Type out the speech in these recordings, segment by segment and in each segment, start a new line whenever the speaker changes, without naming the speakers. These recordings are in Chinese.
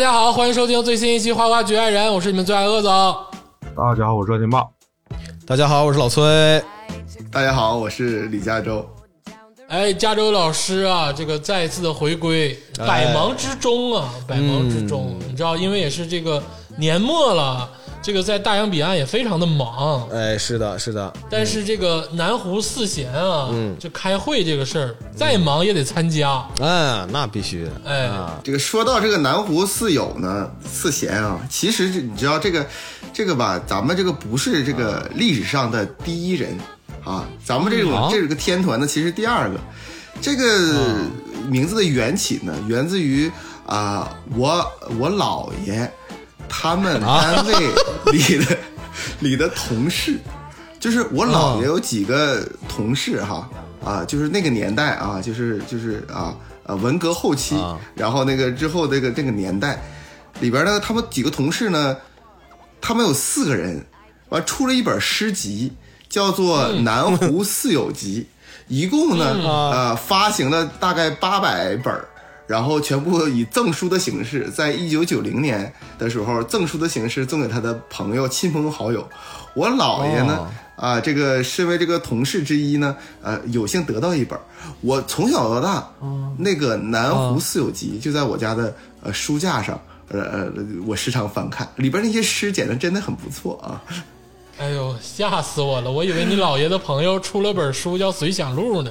家好，欢迎收听最新一期《花花局爱人》，我是你们最爱鄂总。
大家好，我是热劲爸。
大家好，我是老崔。
大家好，我是李佳洲。
哎，加州老师啊，这个再一次的回归，百忙之中啊，百忙之中，你知道，因为也是这个年末了，这个在大洋彼岸也非常的忙，
哎，是的，是的，
但是这个南湖四贤啊，就开会这个事儿，再忙也得参加。
嗯，那必须的。
哎，
这个说到这个南湖四友呢，四贤啊，其实这你知道这个，这个吧，咱们这个不是这个历史上的第一人啊，咱们这种、
啊
这个天团呢，其实第二个。这个名字的缘起呢，源自于啊、我我姥爷他们单位里的、 里的同事，就是我姥爷有几个同事哈啊，就是那个年代啊，就是就是啊呃文革后期，
啊
然后那个之后这个这个年代里边呢，他们几个同事呢，他们有四个人，完出了一本诗集，叫做《南湖四友集》，一共呢、呃发行了大概八百本儿。然后全部以赠书的形式，在一九九零年的时候，赠书的形式赠给他的朋友、亲朋好友。我姥爷呢，啊，这个身为这个同事之一呢，呃，有幸得到一本儿。我从小到大，那个《南湖四友集》就在我家的呃书架上，呃呃，我时常翻看，里边那些诗简直真的很不错啊。
哎呦，吓死我了！我以为你姥爷的朋友出了本书叫《随想录》呢。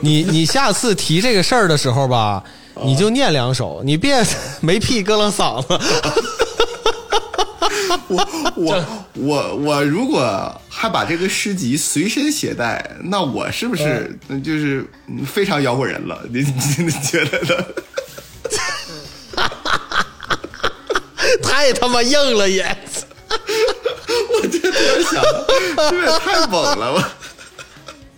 你你下次提这个事儿的时候吧，你就念两首，你别 没屁搁楞嗓子。
我我我我如果还把这个诗集随身携带，那我是不是那就是非常摇滚人了？你你你觉得呢？
太他妈硬了也。
这也太猛了吧！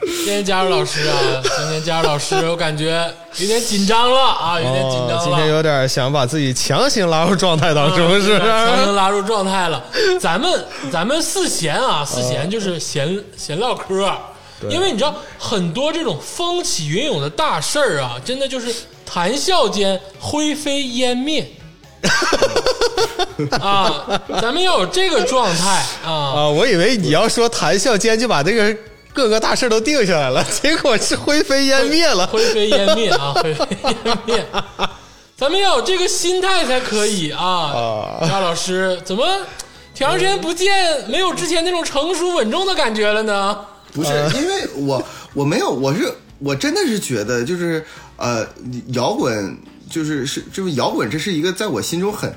今天加入老师啊，今天加入老师，我感觉有点紧张了啊，有点紧张了。哦
哦今天有点想把自己强行拉入状态当中，是不
强行
是？
拉入状态了。咱们咱们四闲
哦
啊，四闲就是闲闲唠嗑儿，因为你知道很多这种风起云涌的大事儿啊，真的就是谈笑间灰飞烟 灭。啊，咱们要有这个状态啊！
啊，我以为你要说谈笑间就把这个各个大事都定下来了， 结果是灰飞烟灭了。
灰飞烟灭 啊，灰飞烟灭。咱们要有这个心态才可以啊！赵老师，怎么挺长时间不见，没有之前那种成熟稳重的感觉了呢？
不是，因为我我没有，我是我真的是觉得就是呃，摇滚就是是就是摇滚，这是一个在我心中很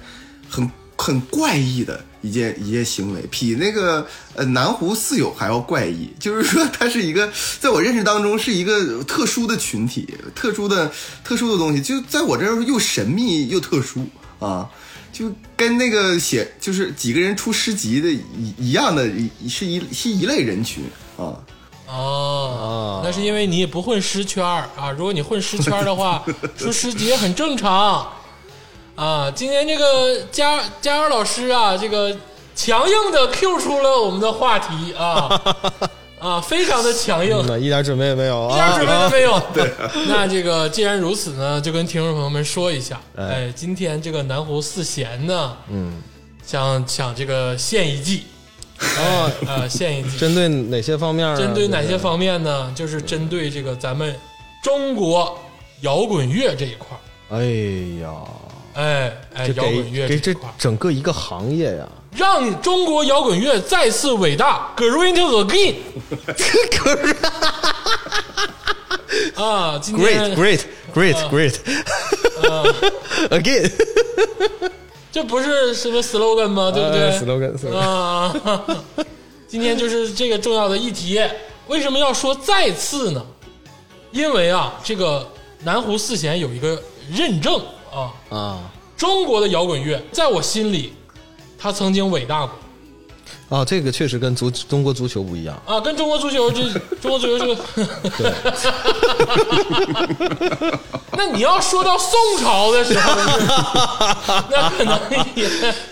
很很怪异的一件一件行为，比那个呃南湖四友还要怪异。就是说，它是一个在我认识当中是一个特殊的群体，特殊的特殊的东西，就在我这儿又神秘又特殊啊。就跟那个写就是几个人出诗集的一一样的，一是一是一类人群啊。
啊
哦，那是因为你也不混诗圈儿啊。如果你混诗圈儿的 话，出诗集也很正常啊。今天这个嘉嘉尔老师啊，这个强硬的 Q 出了我们的话题 啊啊，非常的强硬。
嗯，一点准备也没有
一点
啊
准！备都没有。 对，那这个既然如此呢，就跟听众朋友们说一下，哎，今天这个南湖四贤呢，嗯，想想这个献一计，
啊，
呃，献一计，
针对哪些方面啊？
针对哪些方面呢？就是针对这个咱们中国摇滚乐这一块儿，
哎呀，
哎哎，
这
摇滚乐
给给
这一
这
块儿，
整个一个行业 呀
让中国摇滚乐再次伟大，Great Again 啊！今
，great
天
great great great，again，
这不是什么哎 slogan
Uh，
吗？对不对、
s l o g a n s l o
啊， 今天就是这个重要的议题。为什么要说再次呢？因为啊，这个南湖四贤有一个认证啊，
g a n 啊
中国的摇滚乐在我心里，它曾经伟大过
啊，这个确实跟足中国足球不一样，
啊，跟中国足球这 中国足球这个。 那你要说到宋朝的时候， 那可能也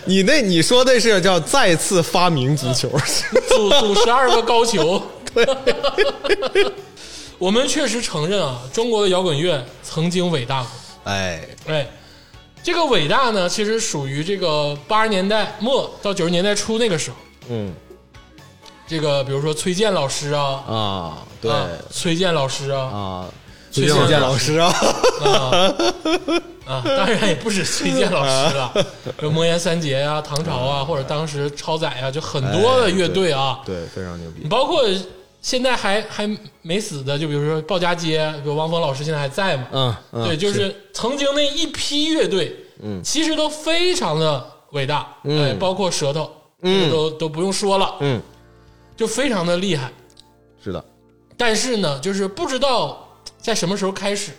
你那你说的是叫再次发明足球，
组组十二个高 俅。对，我们确实承认啊，中国的摇滚乐曾经伟大过。
哎，
哎，这个伟大呢，其实属于这个八十年代末到九十年代初那个时候。
嗯
这个比如说崔健老师啊，
啊，对
啊崔健老师啊，
啊，
崔
崔健老师啊，
啊，当然也不止崔健老师 了，有魔岩三杰啊、唐朝啊，或者当时超载啊，就很多的乐队啊，
哎对，非常牛逼
你包括现在还还没死的，就比如说鲍家街，比如汪峰老师现在还在嘛，
嗯嗯
对，就是曾经那一批乐队，嗯，其实都非常的伟大，嗯哎，包括舌头，嗯，都都不用说了，
嗯，
就非常的厉害。
是的，
但是呢，就是不知道在什么时候开始，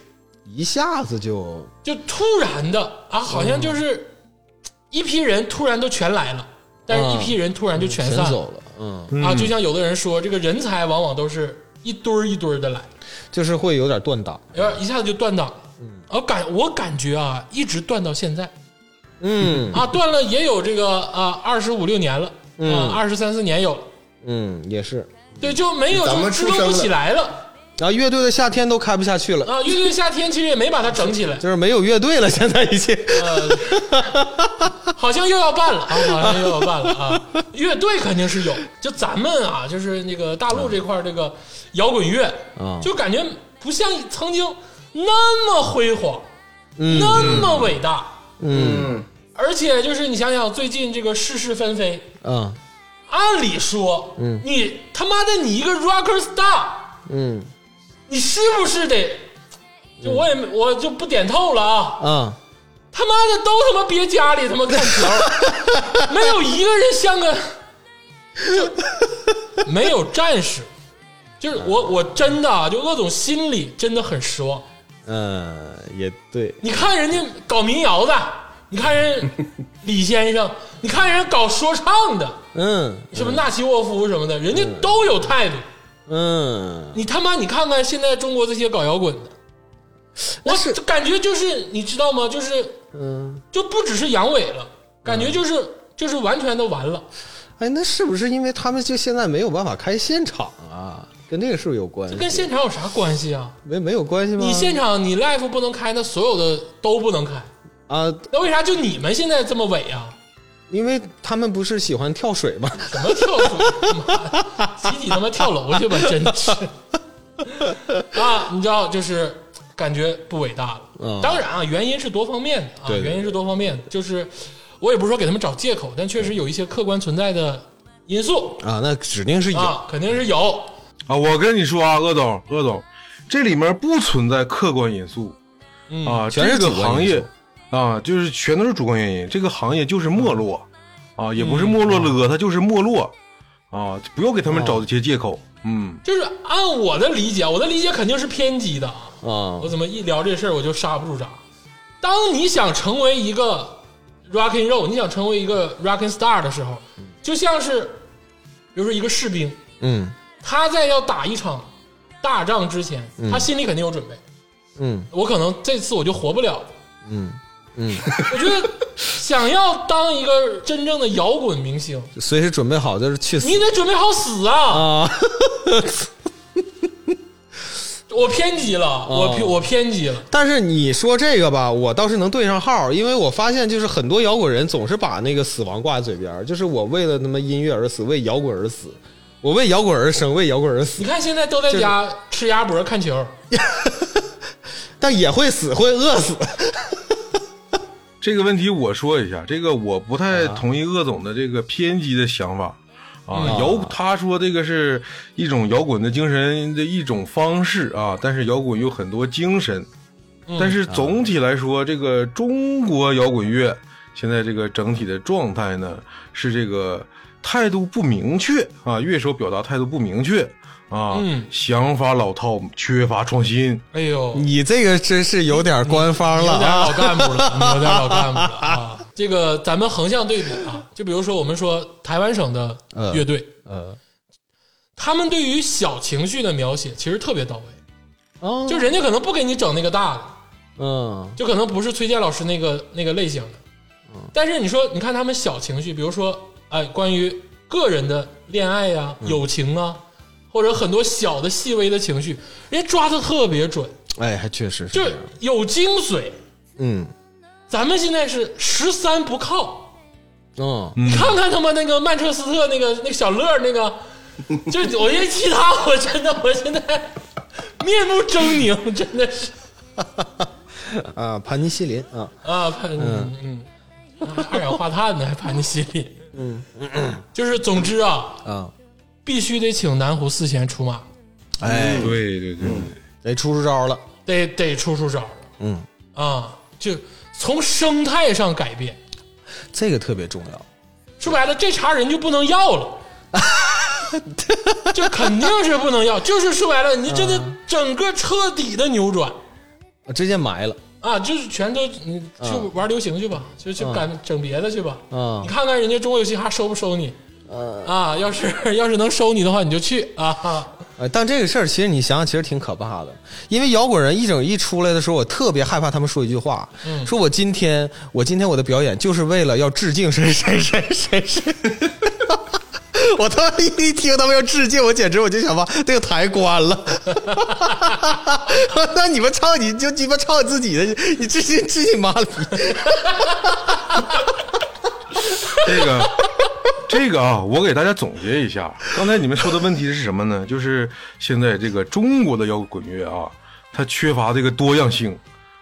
一下子就
就突然的啊，好
嗯
像就是一批人突然都全来了，但是一批人突然就全
嗯全
散了、
走了，嗯，
啊。就像有的人说，这个人才往往都是一堆儿一堆儿的来，
就是会有点断档，
有点一下子就断档。嗯，我感我感觉啊，一直断到现在
嗯
啊，断了也有这个啊二十五六年了，
嗯
啊二十三四年有了，
嗯，也是。
对，就没有
咱
就
们
支
出
棱不
生
起
了
来了
然后乐队的夏天都开不下去了，
啊。乐队夏天其实也没把它整起来，
就是没有乐队了，现在 已经
好像又要办了啊，好像又要办了啊！乐队肯定是有，就咱们啊，就是那个大陆这块儿这个摇滚乐
啊
就感觉不像曾经那么辉煌，那么伟大。
嗯，
而且就是你想想，最近这个是是纷飞，
嗯
按理说，嗯，你他妈的你一个 rocker star，
嗯
你是不是得？就我也没我就不点透了啊，
啊，
他妈的都他妈憋家里他妈看球儿，没有一个人像个，就没有战士。就是我，我真的啊，就鄂总心里真的很失望。
嗯，也对，
你看人家搞民谣的，你看人李先生，你看人搞说唱的，
嗯
什么纳奇沃夫什么的，人家都有态度。
嗯，
你他妈，你看看现在中国这些搞摇滚的，我
是
就感觉就是你知道吗？就是
嗯，
就不只是阳痿了，感觉就是、就是完全都完了。
哎，那是不是因为他们就现在没有办法开现场啊？跟这个是不是有嗯关系？
跟现场有啥关系啊？
没没有关系吗？
你现场你 live 不能开，那所有的都不能开，
啊，
那为啥就你们现在这么伪啊？
因为他们不是喜欢跳水吗？
什么跳水？妈的集体他妈跳楼去吧，真是啊！你知道，就是感觉不伟大了
嗯。
当然啊，原因是多方面的啊，
对对对
原因是多方面的。就是我也不是说给他们找借口，但确实有一些客观存在的因素
啊，那指定是有，
啊，肯定是有。
啊，我跟你说啊，鄂总，鄂总，这里面不存在客观因素
嗯
啊，
全是
这个
主观
行
因
业
素
啊，就是全都是主观原因，这个行业就是没落
嗯
啊，也不是没落
哦
了，它就是没落啊，不要给他们找这些借
哦
口，嗯，
就是按我的理解，我的理解肯定是偏激的啊。
啊
我，怎么一聊这事儿我就刹不住闸？当你想成为一个 rock and roll，你想成为一个 rock and star 的时候，就像是比如说一个士兵，
嗯
他在要打一场大仗之前，他心里肯定有准备。
嗯
我可能这次我就活不了了。
嗯嗯，
我觉得想要当一个真正的摇滚明星，
随时准备好就是去死
你得准备好死啊！
啊，
我偏激了，
啊
我偏我偏激了。
但是你说这个吧，我倒是能对上号，因为我发现就是很多摇滚人总是把那个死亡挂在嘴边儿，就是我为了他妈音乐而死，为摇滚而死，我为摇滚而生，为摇滚而死
你，看现在都在
是
家吃鸭脖看球，
但也会死，会饿死。
这个问题我说一下，这个我不太同意鄂总的这个偏激的想法。啊，摇他说这个是一种摇滚的精神的一种方式啊，但是摇滚有很多精神，但是总体来说，这个中国摇滚乐现在这个整体的状态呢，是这个态度不明确啊，乐手表达态度不明确啊，
嗯
想法老套，缺乏创新。
哎呦，
你这个真是有点官方了
有点老
啊！
干部了，你有点老干 部了啊！这个咱们横向对比啊，就比如说我们说台湾省的乐队，
呃，
他们对于小情绪的描写其实特别到位，
哦，
就人家可能不给你整那个大的，
嗯
就可能不是崔健老师那个那个类型的，但是你说你看他们小情绪，比如说哎，关于个人的恋爱呀、友情啊，或者很多小的细微的情绪，人家抓的特别准，啊
哎，还确实是
就是有精髓。
嗯
咱们现在是十三不靠，
嗯，
你看看他妈那个曼彻斯特那个那个小乐那个，就我一提他，我真的我现在面目狰狞，真的是
啊，盘尼西林啊，
啊，潘嗯嗯，啊二氧化碳呢，还盘尼西林，嗯，就是总之啊，
啊，
必须得请南湖四贤出马，
哎，
对对对，
得哎出出招了，
得得出出招，
嗯，
啊，就从生态上改变。
这个特别重要。啊
说白了，这茬人就不能要了，就肯定是不能要。就是说白了，你这得整个彻底的扭转
啊直接埋了
啊，就是全都你去玩流行去吧，就去干整别的去吧。
啊
你看看人家中国有嘻哈收不收你？啊，要是要是能收你的话，你就去啊。
呃，但这个事儿其实你想想，其实挺可怕的，因为摇滚人一整一出来的时候，我特别害怕他们说一句话，说我今天我今天我的表演就是为了要致敬谁谁谁谁谁。 我他妈一听他们要致敬，我简直我就想把这个台关了。 那你们唱你就鸡巴唱自己的，你致敬致敬马里。
这个 这个啊，我给大家总结一下，刚才你们说的问题是什么呢？就是现在这个中国的摇滚乐啊，它缺乏这个多样性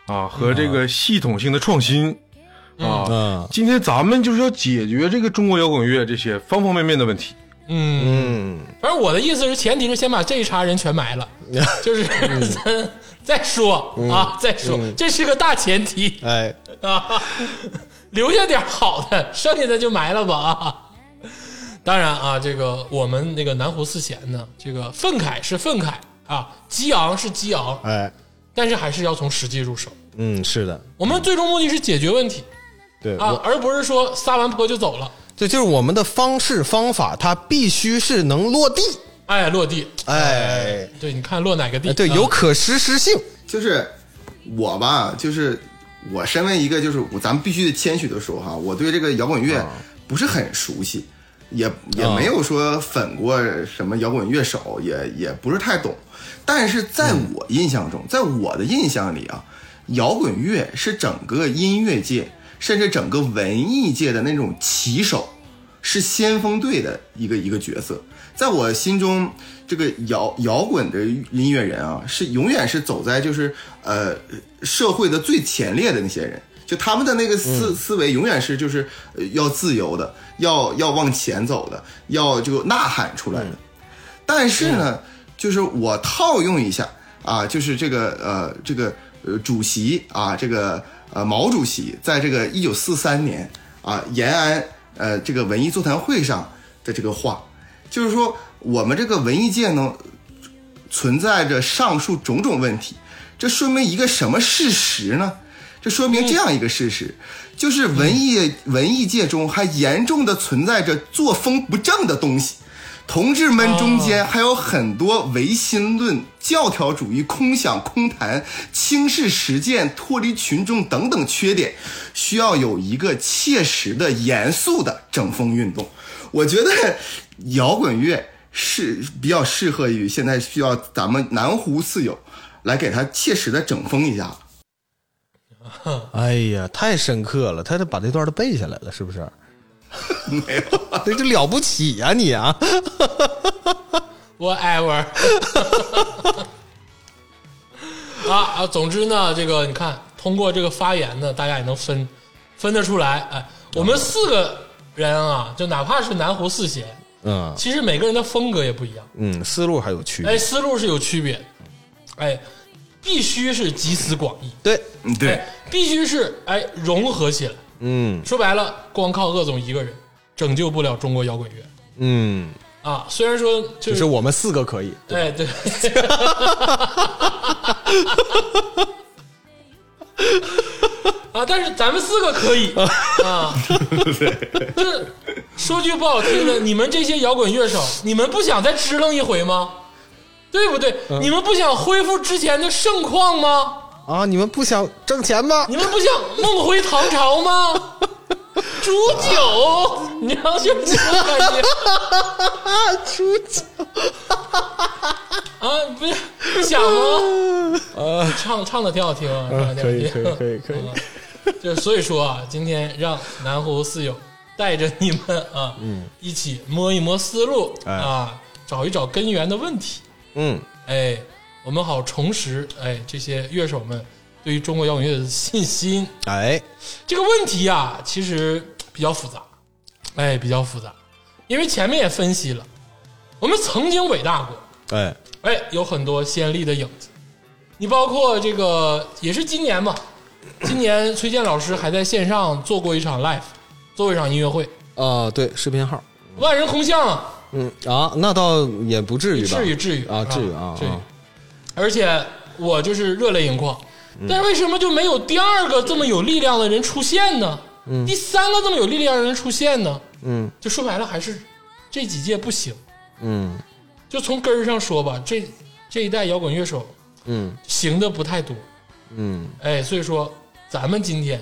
啊和这个系统性的创新啊。
嗯
今天咱们就是要解决这个中国摇滚乐这些方方面面的问题。
嗯，
嗯，
反正我的意思是，前提是先把这一茬人全埋了，就是咱 再说啊，再说，这是个大前提。
哎，
啊，留下点好的，剩下的就埋了吧啊。当然啊，这个我们那个南湖四贤呢，这个愤慨是愤慨啊，激昂是激昂，
哎，
但是还是要从实际入手。
嗯，是的，
我们最终目的是解决问题
对
啊，而不是说撒完泼就走了，
这就是我们的方式方法，它必须是能落地。
哎，落地。
哎，
对，你看落哪个地？
哎对，
啊
有可实施性。
就是我吧，就是我身为一个，就是我咱们必须得谦虚的说哈，我对这个摇滚乐不是很熟悉，也也没有说粉过什么摇滚乐手，也也不是太懂。但是在我印象中，在我的印象里啊，摇滚乐是整个音乐界，甚至整个文艺界的那种旗手。是先锋队的一个一个角色。在我心中，这个摇摇滚的音乐人啊，是永远是走在就是呃社会的最前列的那些人，就他们的那个思、思维永远是就是、呃要自由的，要要往前走的，要就呐喊出来的。但是呢，就是我套用一下啊，就是这个呃，这个呃，主席啊，这个呃，毛主席在这个一九四三年啊，延安呃这个文艺座谈会上的这个话，就是说我们这个文艺界呢，存在着上述种种问题，这说明一个什么事实呢？这说明这样一个事实，就是文艺文艺界中还严重的存在着作风不正的东西。同志们中间还有很多唯心论、教条主义、空想、空谈、轻视实践、脱离群众等等缺点，需要有一个切实的、严肃的整风运动。我觉得摇滚乐是比较适合于现在需要咱们南湖四友来给他切实的整风一下。
哎呀，太深刻了，他得把这段都背下来了，是不是？没有，这就了不起呀、你啊！
whatever 啊啊！总之呢，这个你看，通过这个发言呢，大家也能分分得出来。哎，我们四个人啊，就哪怕是南湖四贤，
嗯
其实每个人的风格也不一样，
嗯，思路还有区别。
哎，思路是有区别的，哎，必须是集思广益，
对，
嗯，对
哎，必须是哎融合起来。
嗯
说白了，光靠鄂总一个人拯救不了中国摇滚乐
嗯，
啊。虽然说就
就是
是
我们四个可以。
哎对。啊，但是咱们四个可以啊，就是说句不好听的，你们这些摇滚乐手，你们不想再支棱一回吗？对不对？你们不想恢复之前的盛况吗？
啊，你们不想挣钱吗？
你们不想梦回唐朝吗？煮酒，你知道就是这种感觉
出去
啊？不是不想吗？呃，唱唱的挺好听啊，唱的挺好听。
以可以可以，
就是所以说啊，今天让南湖四友带着你们啊，一起摸一摸思路、啊，找一找根源的问题，
嗯，
哎，我们好重拾哎这些乐手们对于中国摇滚乐的信心。
哎，
这个问题啊，其实比较复杂，哎，比较复杂，因为前面也分析了，我们曾经伟大过，
哎，
哎，有很多先例的影子。你包括这个，也是今年嘛，今年崔健老师还在线上做过一场 live，做过一场音乐会，
啊，对，视频号，
万人空巷啊，
嗯啊，那倒也不至于吧，
至于至于
啊，至于啊，
至于
啊。
而且我就是热泪盈眶，
嗯
但是为什么就没有第二个这么有力量的人出现呢？第三个这么有力量的人出现呢？
嗯
就说白了，还是这几届不行。
嗯
就从根儿上说吧，这这一代摇滚乐手
嗯
行的不太多，
嗯
哎，所以说咱们今天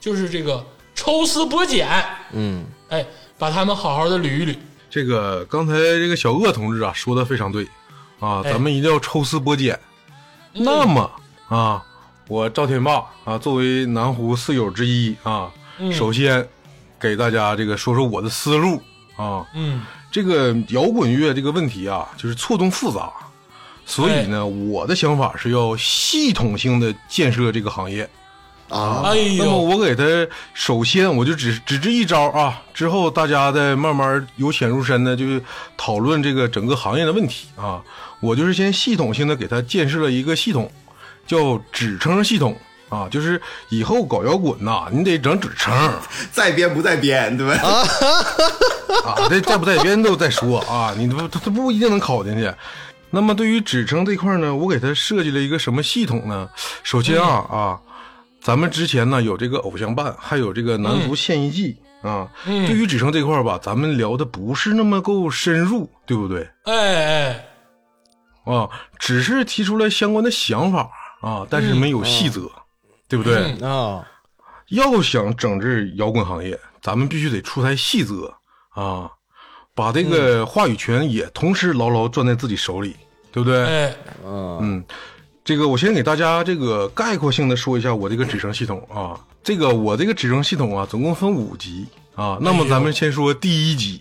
就是这个抽丝剥茧，
嗯，
哎，把他们好好的捋一捋。
这个刚才这个小鄂同志啊说的非常对啊，
哎
咱们一定要抽丝剥茧。那么啊，我赵天霸啊，作为南湖四友之一啊，首先给大家这个说说我的思路啊。
嗯，
这个摇滚乐这个问题啊，就是错综复杂，所以呢，我的想法是要系统性的建设这个行业。
啊，
哎
那么
呦，
我给他，首先我就只只这一招啊，之后大家再慢慢由浅入深的，就是讨论这个整个行业的问题啊。我就是先系统性的给他建设了一个系统，叫指称系统啊，就是以后搞摇滚呐、你得整指称啊，
在编不在编，对吧？
啊这在不在别人都再说啊，你都他不一定能考进去。那么对于指称这块呢，我给他设计了一个什么系统呢？首先啊、
嗯
啊，咱们之前呢有这个偶像办，还有这个南湖现役季、啊。
嗯
对于指称这块儿吧，咱们聊的不是那么够深入，对不对？
哎哎，
啊，只是提出了相关的想法啊，但是没有细则，对不对？
嗯
啊，
要想整治摇滚行业，咱们必须得出台细则啊，把这
嗯
个话语权也同时牢牢攥在自己手里，对不对？
哎，
这个我先给大家这个概括性的说一下我这个指称系统啊，这个我这个指称系统啊，总共分五级
哎
啊。那么咱们先说第一级，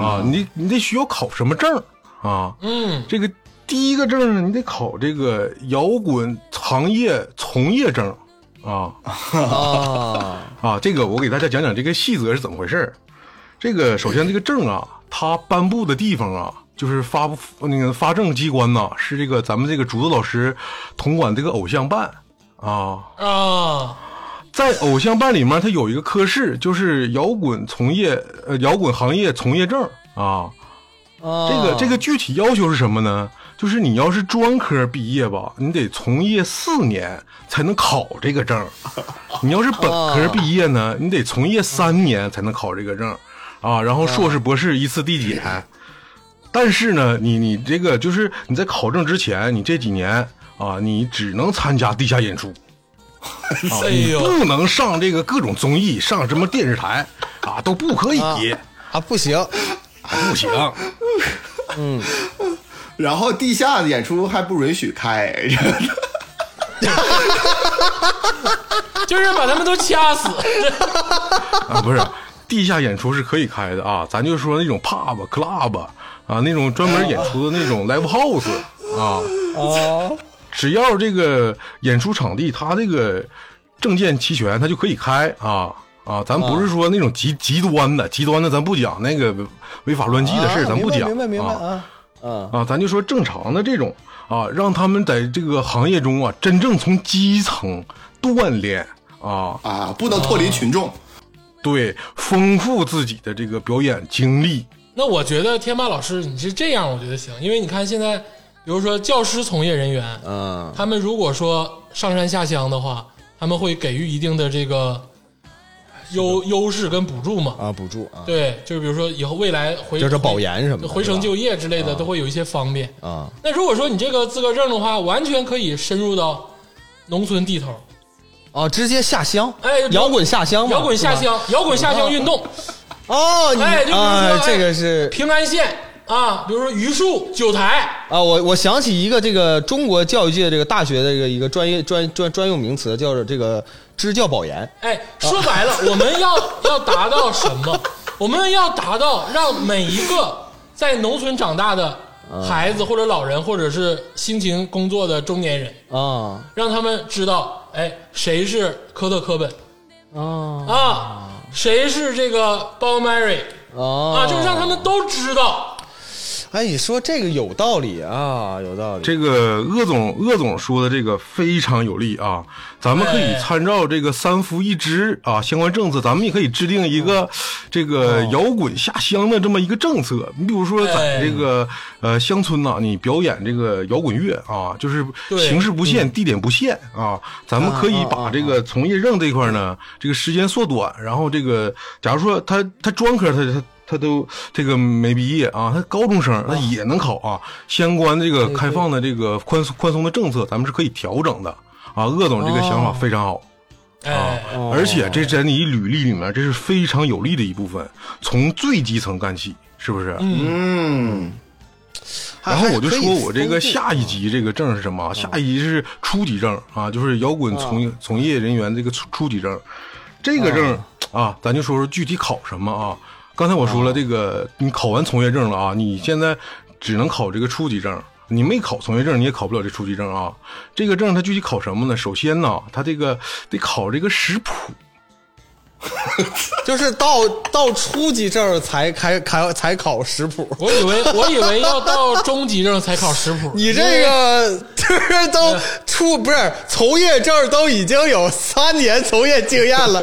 啊，你你得需要考什么证儿啊？
嗯
这个第一个证呢，你得考这个摇滚行业从业证啊
啊，
啊，这个我给大家讲讲这个细则是怎么回事儿。这个首先这个证啊，它颁布的地方啊，就是发布那个发证机关呐、是这个咱们这个竹子老师统管这个偶像办啊，
啊，
在偶像办里面，它有一个科室，就是摇滚从业呃摇滚行业从业证啊。这个
哦
这个具体要求是什么呢？就是你要是专科毕业吧，你得从业四年才能考这个 证儿；你要是本科毕业呢，
哦
你得从业三年才能考这个证儿啊。然后硕士、博士依次递减。
哦
但是呢，你你这个就是你在考证之前，你这几年啊，你只能参加地下演出。啊
哎
你
呦，
不能上这个各种综艺，上什么电视台啊，都不可以，
啊不行，
不行。
然后地下演出还不允许开，
就是把他们都掐死。
啊，不是，地下演出是可以开的啊，咱就说那种 pub、club 啊，那种专门演出的那种 live house 啊，
啊，
只要这个演出场地它这个证件齐全，它就可以开啊。啊，咱不是说那种极极端的，极端的咱不讲那个违法乱纪的事儿，咱不讲。
明白明白明
啊
白啊，嗯
啊，咱就说正常的这种啊，让他们在这个行业中啊，真正从基层锻炼啊，
啊，不能脱离群众。
对，丰富自己的这个表演经历。
那我觉得天霸老师你是这样，我觉得行，因为你看现在，比如说教师从业人员，
嗯
他们如果说上山下乡的话，他们会给予一定的这个优优势跟补助嘛。
啊，补助啊，
对，就是比如说以后未来回
就是保研什么的
回城就业之类的，都会有一些方便。
啊
那如果说你这个资格证的话，完全可以深入到农村地头，
啊，直接下乡，
哎
摇滚下乡嘛，
摇滚下
是吧，
乡，摇滚下乡运动，
哦，你
哎就比如说
啊
哎
这个是
平安县啊，比如说榆树、九台，
啊，我我想起一个这个中国教育界这个大学的这个一个专业专专专用名词，叫做这个支教保研。
哎，说白了，我们 要要达到什么？我们要达到让每一个在农村长大的
嗯
孩子或者老人，或者是辛勤工作的中年人，
啊
让他们知道，哎，谁是科特·科本
啊
啊，谁是这个 Bob Mary
啊
啊，就是让他们都知道。
哎，你说这个有道理啊，有道理。
这个鄂总鄂总说的这个非常有力啊，咱们可以
哎
参照这个三夫一支啊相关政策，咱们也可以制定一个这个摇滚下乡的这么一个政策。你比如说在
哎
这个呃乡村呐、你表演这个摇滚乐啊，就是
对
形式不限，地点不限嗯啊，咱们可以把这个从业证这块呢，这个时间缩短，然后这个假如说他他专科他他。他都这个没毕业啊，他高中生他也能考啊。相关这个开放的这个宽松宽松的政策，咱们是可以调整的啊。鄂总这个想法非常好，
哎，
哦
而且这在你履历里面这是非常有利的一部分，从最基层干起，是不是？
嗯，
还
然后我就
还可
说
以嗯
我这个
分
下一级这个证是什么啊？下一级是初级证啊，就是摇滚从
嗯
业从业人员这个初初级证。这个证
嗯
啊，咱就说说具体考什么啊？刚才我说了，这个你考完从业证了啊，你现在只能考这个初级证。你没考从业证，你也考不了这初级证啊。这个证它具体考什么呢？首先呢，它这个得考这个食谱，
就是到到初级证儿才开开才考食谱。
我以为我以为要到中级证才考食谱，
你这 个就是都出不是从业证儿都已经有三年从业经验了，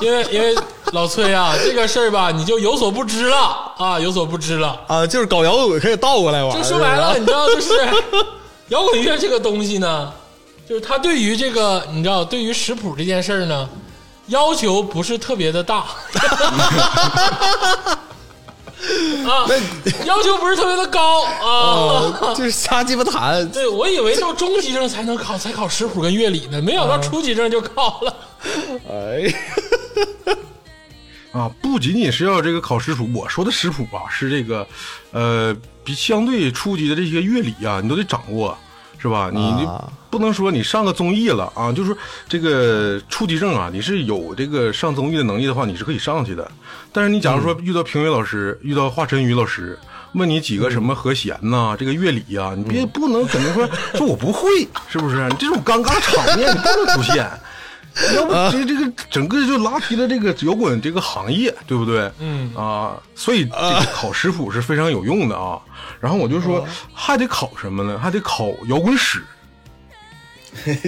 因为因为老崔啊，这个事儿吧，你就有所不知了啊，有所不知了。
啊，就是搞摇滚可以倒过来玩儿。
就说白了，
是
你知道，就是摇滚乐这个东西呢，就是它对于这个，你知道，对于食谱这件事儿呢，要求不是特别的大。啊，要求不是特别的高啊。
吧，就是瞎鸡巴谈。
对，我以为到中级证才能考，才考食谱跟乐理呢，没想到初级证就考了。
哎，
啊，不仅仅是要这个考食谱，我说的食谱啊，是这个，呃，比相对初级的这些乐理啊，你都得掌握，是吧？你你不能说你上个综艺了啊，就是说这个初级证啊，你是有这个上综艺的能力的话，你是可以上去的。但是你假如说遇到评委老师，遇到华晨宇老师。问你几个什么和弦呐、这个乐理呀、你别不能肯定说 说我不会，是不是？你这种尴尬场面你不能出现。要不这这个整个就拉皮了这个摇滚这个行业，对不对？嗯啊，所以这个考食谱是非常有用的啊。然后我就说，还得考什么呢？还得考摇滚史。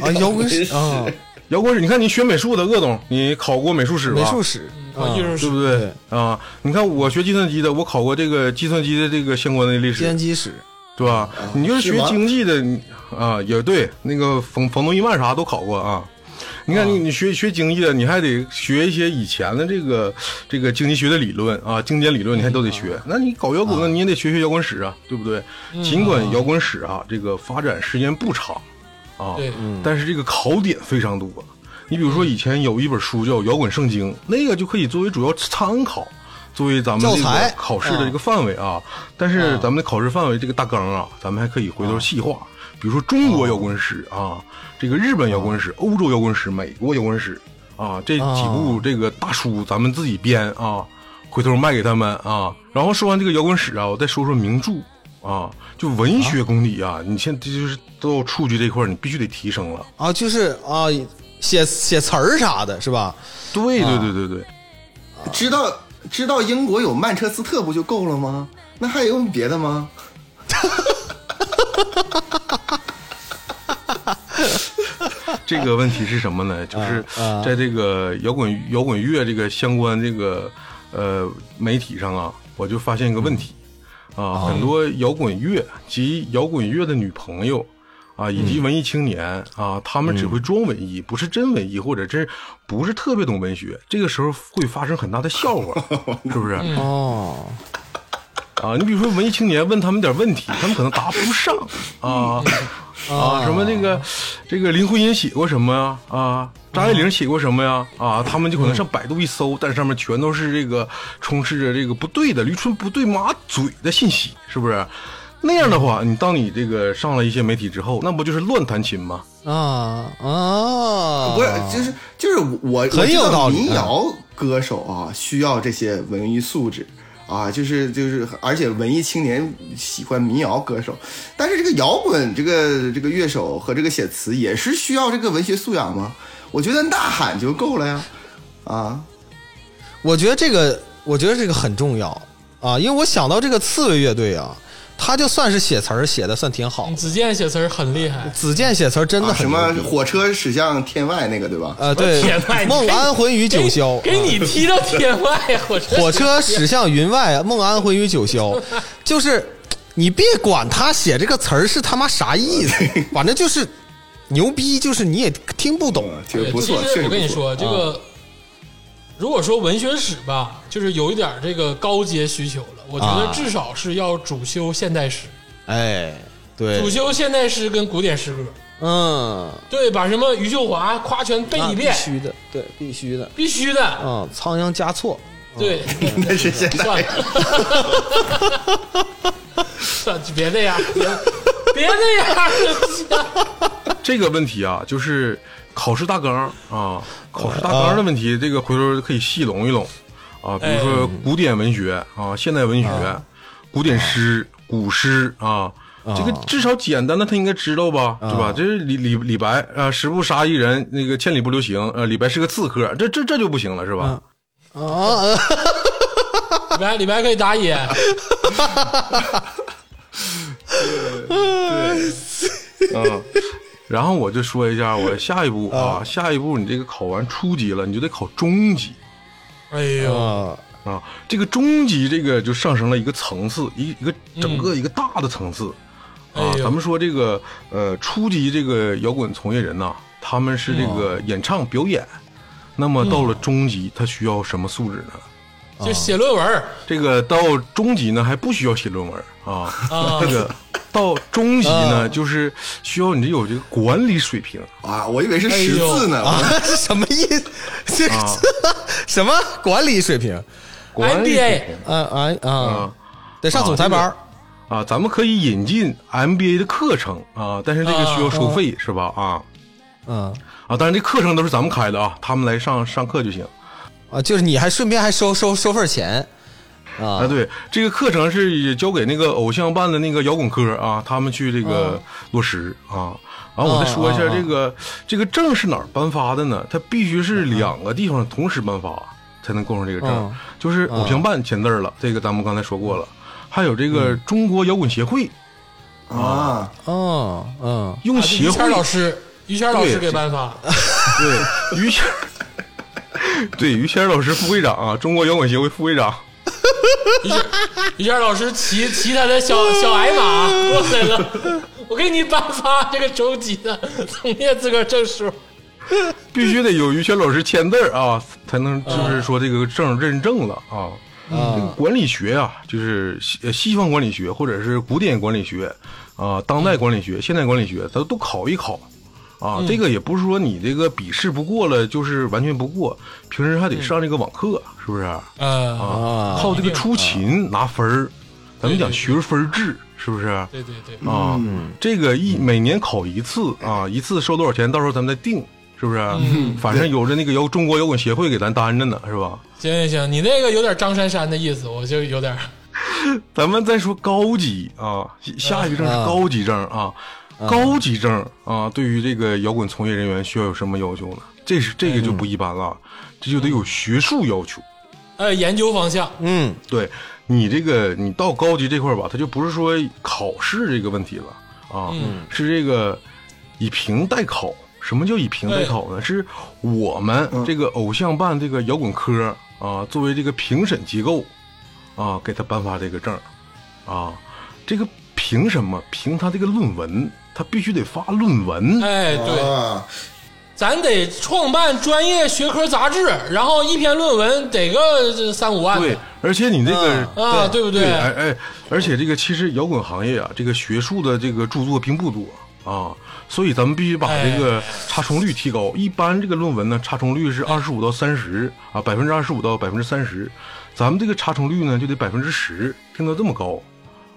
啊，摇滚 史啊，
摇滚史，你看你学美术的鄂总，你考过美术史吧？
美术史啊
考艺术
对
史
不对啊？你看我学计算机的，我考过这个计算机的这个相关的历
计算
史，
机史
对吧？你就是
是
学
吗
经济的你啊，也对，那个冯冯诺依曼啥都考过啊。你看你你学学经济的，你还得学一些以前的这个这个经济学的理论啊，经典理论你还都得学。那你搞摇滚的，你也得学学摇滚史啊，对不对？尽管摇滚史啊，这个发展时间不长啊，
对，
但是这个考点非常多。你比如说，以前有一本书叫《摇滚圣经》，那个就可以作为主要参考，作为咱们这
教
个
材
考试的这个范围啊。但是咱们的考试范围这个大纲啊，咱们还可以回头细化，比如说中国摇滚史啊，这个日本摇滚史、欧洲摇滚史、美国摇滚史啊，这几部这个大书咱们自己编啊，回头卖给他们啊。然后说完这个摇滚史啊，我再说说名著。啊，就文学功底啊，你现在就是到触觉这块儿，你必须得提升了。
啊，就是啊，写写词儿啥的，是吧？
对对对对对，
知道知道英国有曼彻斯特不就够了吗？那还有别的吗？
这个问题是什么呢？就是
啊
在这个摇滚摇滚乐这个相关这个呃媒体上啊，我就发现一个问题
嗯
啊，很多摇滚乐及摇滚乐的女朋友。啊，
嗯
以及文艺青年啊，他们只会装文艺，不是真文艺，或者真不是特别懂
嗯
文学。这个时候会发生很大的笑话，是不是？
哦，
啊，你比如说文艺青年问他们点问题，他们可能答不上啊啊，什么那个这个林徽因写过什么呀啊，张爱玲写过什么呀啊，他们就可能上百度一搜，但上面全都是这个充斥着这个不对的、驴唇不对马嘴的信息，是不是？那样的话，你当你这个上了一些媒体之后，那不就是乱弹琴吗？
啊啊，
不是，就是就是我我
很有
知
道理嗯
民谣歌手啊，需要这些文艺素质啊，就是就是，而且文艺青年喜欢民谣歌手，但是这个摇滚这个这个乐手和这个写词也是需要这个文学素养吗？我觉得呐喊就够了呀，啊，
我觉得这个，我觉得这个很重要啊，因为我想到这个刺猬乐队啊，他就算是写词儿写的算挺好
嗯，子健写词儿很厉害，
子健写词儿真的
啊
很
什
牛
么
逼
火车驶向天外那个对吧？
呃，对
天外，你
梦安魂与九霄，
给你踢到天外，火车
火车驶向云外，梦安魂与九霄，就是你别管他写这个词儿是他妈啥意思，反正就是牛逼，就是你也听不懂。
这个不错，
其
呃确实
实我跟你
不错
说，哎这个、如果说文学史吧，就是有一点这个高阶需求了。我觉得
啊
至少是要主修现代诗，
哎，对
主，修现代诗跟古典诗歌。
嗯，
对，把什么余秀华夸全背
那
一
必
遍，
须的，对，必须的。
必须的。
嗯，仓央嘉措，
对，
那是现代
算了，算了，就别这样，别别这 样。
这个问题啊，就是考试大纲啊，考试大纲的问题，这个回头可以细拢一拢啊。比如说古典文学啊，现代文学，古典诗、古诗啊，这个至少简单的他应该知道吧，对吧？这是李李李白啊，十步杀一人，那个千里不留行，呃，李白是个刺客，这这这就不行了，是吧？
啊，
李白，李白可以打野，
嗯，然后我就说一下，我下一步啊，下一步你这个考完初级了，你就得考中级。
哎呦，
啊，
啊，这个中级这个就上升了一个层次，一一个整个一个大的层次、
嗯哎
啊。
呦
咱们说这个呃初级这个摇滚从业人呐、他们是这
哦
个演唱表演，那么到
嗯
了中级，他需要什么素质呢？
就写论文儿
这个到中级呢还不需要写论文啊，
啊
这个到中级呢、就是需要你这有这个管理水平。
啊，我以为是
哎
识字呢，我
啊，什么意思？这个、 什么管理水平？
管理水平
，MBA
啊啊啊
啊！
得上总裁班儿
啊，咱们可以引进 MBA 的课程啊，但是这个需要收费、是吧？啊。
嗯
啊，当然这课程都是咱们开的啊，他们来上上课就行。
啊，就是你还顺便还收收收份钱
啊，
啊
对，这个课程是交给那个偶像办的那个摇滚科啊，他们去这
哦
个落实啊。然后我再说一下
嗯嗯嗯
这个、这个证是哪儿颁发的呢？它必须
嗯
是两个地方同时颁发才能构成这个证，
哦
嗯
就是偶像办签字儿了，这个咱们刚才说过了，还有这
嗯
个中国摇滚协会、
啊，
哦嗯
用
啊
协
于
会、
谦老师，于谦老师
对
给颁发。
对于谦， 对于谦老师副会长啊，中国摇滚协会副会长。
于谦老师骑骑他的小小矮马过来了， 我给你颁发这个中级的从业资格证书。
必须得有于谦老师签字儿啊，才能就是说这个证认证了啊。这个
啊
管理学啊，就是西呃西方管理学或者是古典管理学啊，当代管理学、现代管理学，它都考一考啊。这个也不是说你这个笔试不过了，就是完全不过，平时还得上这个网课，是不是啊？
呃，
啊
靠这个出勤拿分儿，咱们讲学分制，是不是？
对对对，
啊，
嗯
这个一每年考一次啊，一次收多少钱，到时候咱们再定，是不是？反正有着那个摇中国摇滚协会给咱担着呢，是吧？
行行行，你那个有点张珊珊的意思，我就有点
咱们再说高级啊，下一个证是高级证啊，高级证啊，对于这个摇滚从业人员需要有什么要求呢？这是这个就不一般了，这就得有学术要求。
呃研究方向。
嗯
对你这个，你到高级这块儿吧，它就不是说考试这个问题了啊，是这个以评代考。什么叫以评代考呢？是我们这个偶像办这个摇滚科啊，作为这个评审机构啊，给他颁发这个证儿啊。这个凭什么？凭他这个论文，他必须得发论文。
哎，对，
啊，
咱得创办专业学科杂志，然后一篇论文得个三五万
对，而且你这个
嗯
啊，对不对？
哎哎，而且这个其实摇滚行业啊，这个学术的这个著作并不多啊，所以咱们必须把这个查重率提高。一般这个论文呢，查重率是二十五到三十啊，百分之二十五到百分之三十，咱们这个查重率呢就得百分之十，定到这么高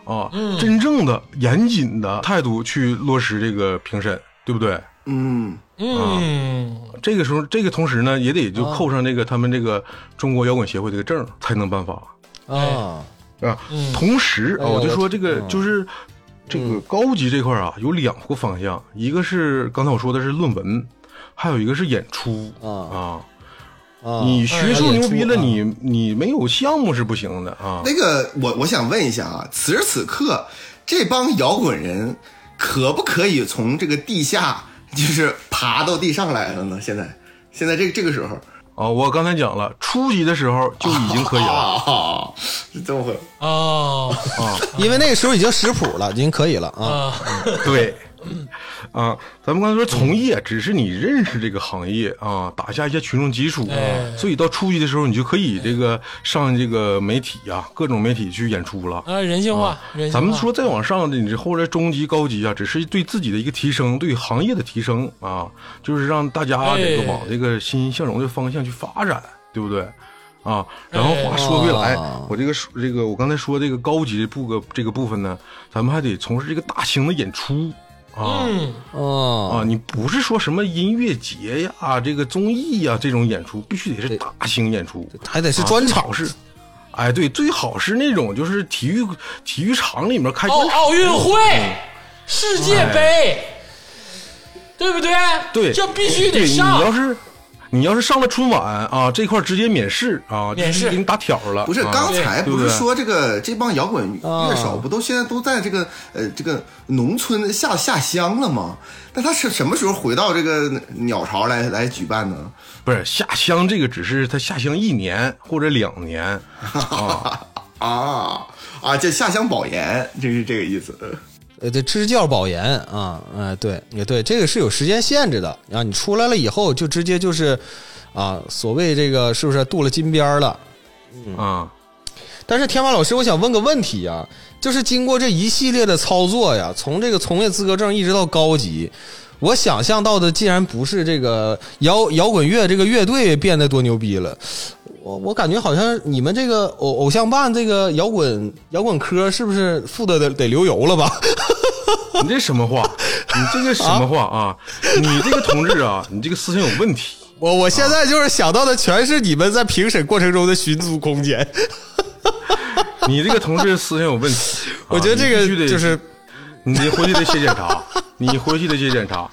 啊。真正的严谨的态度去落实这个评审，对不对？
嗯，
嗯，
这个时候，这个同时呢，也得就扣上这个、他们这个中国摇滚协会这个证儿，才能颁发。
啊，
啊
嗯，
同时啊，
哎呦
我就
我
说这个
嗯
就是这个高级这块儿啊，有两个方向，一个是刚才我说的是论文，还有一个是演出啊
啊。啊
你学术
哎演
牛
出
逼了，
啊
你你没有项目是不行的啊。
那个我我想问一下啊，此时此刻这帮摇滚人可不可以从这个地下就是爬到地上来了呢？现在现在这个这个时候
啊，我刚才讲了，初级的时候就已经可以了。
啊，是这么回事。
哦，
因为那个时候已经识谱了，已经可以了啊。
啊，
对，啊，咱们刚才说从业只是你认识这个行业啊，打下一些群众基础，啊
哎
所以到初级的时候，你就可以这个上这个媒体啊，各种媒体去演出了。
啊，人性化，人性化。
咱们说再往上的，你这后来中级、高级啊，只是对自己的一个提升，对行业的提升啊，就是让大家这个
哎
往这个欣欣向荣的方向去发展，对不对？啊，然后
哎
话说回来，
哦
我这个说这个我刚才说这个高级部个这个部分呢，咱们还得从事这个大型的演出啊、
嗯，
啊
啊，你不是说什么音乐节呀、这个综艺呀、这种演出，必须得是大型演出，
还得是专
啊
场
最好是，哎，对，最好是那种就是体育体育场里面开
奥
专场
哦奥运会、
哎嗯
世界杯，对不对？
对，
这必须
对
得
你要
上。
是你要是上了春晚啊，这块儿直接免试啊，
免试
直接给你打挑了。
不是，
啊
刚才
对
不是
对
说这个这帮摇滚乐手
啊
不都现在都在这个呃这个农村下下乡了吗？那他是什么时候回到这个鸟巢来来举办呢？
不是下乡这个，只是他下乡一年或者两年，
啊啊，这下乡保研，这是这个意思。
呃，这支教保研啊，呃，对，也对，这个是有时间限制的。然后你出来了以后，就直接就是，啊，所谓这个是不是镀了金边儿了？
嗯
啊，
但是天马老师，我想问个问题啊，就是经过这一系列的操作呀，从这个从业资格证一直到高级，我想象到的既然不是这个摇摇滚乐这个乐队变得多牛逼了，我我感觉好像你们这个偶偶像办这个摇滚摇滚科是不是富的得得流油了吧？
你这什么话？你这个什么话啊？你这个同志啊，你这个思想有问题。
我我现在就是想到的全是你们在评审过程中的寻租空间，
你这个同志思想有问 题，啊
我觉得这
你必须
个
得
就是
你回去得写检 查，你回去得写检查。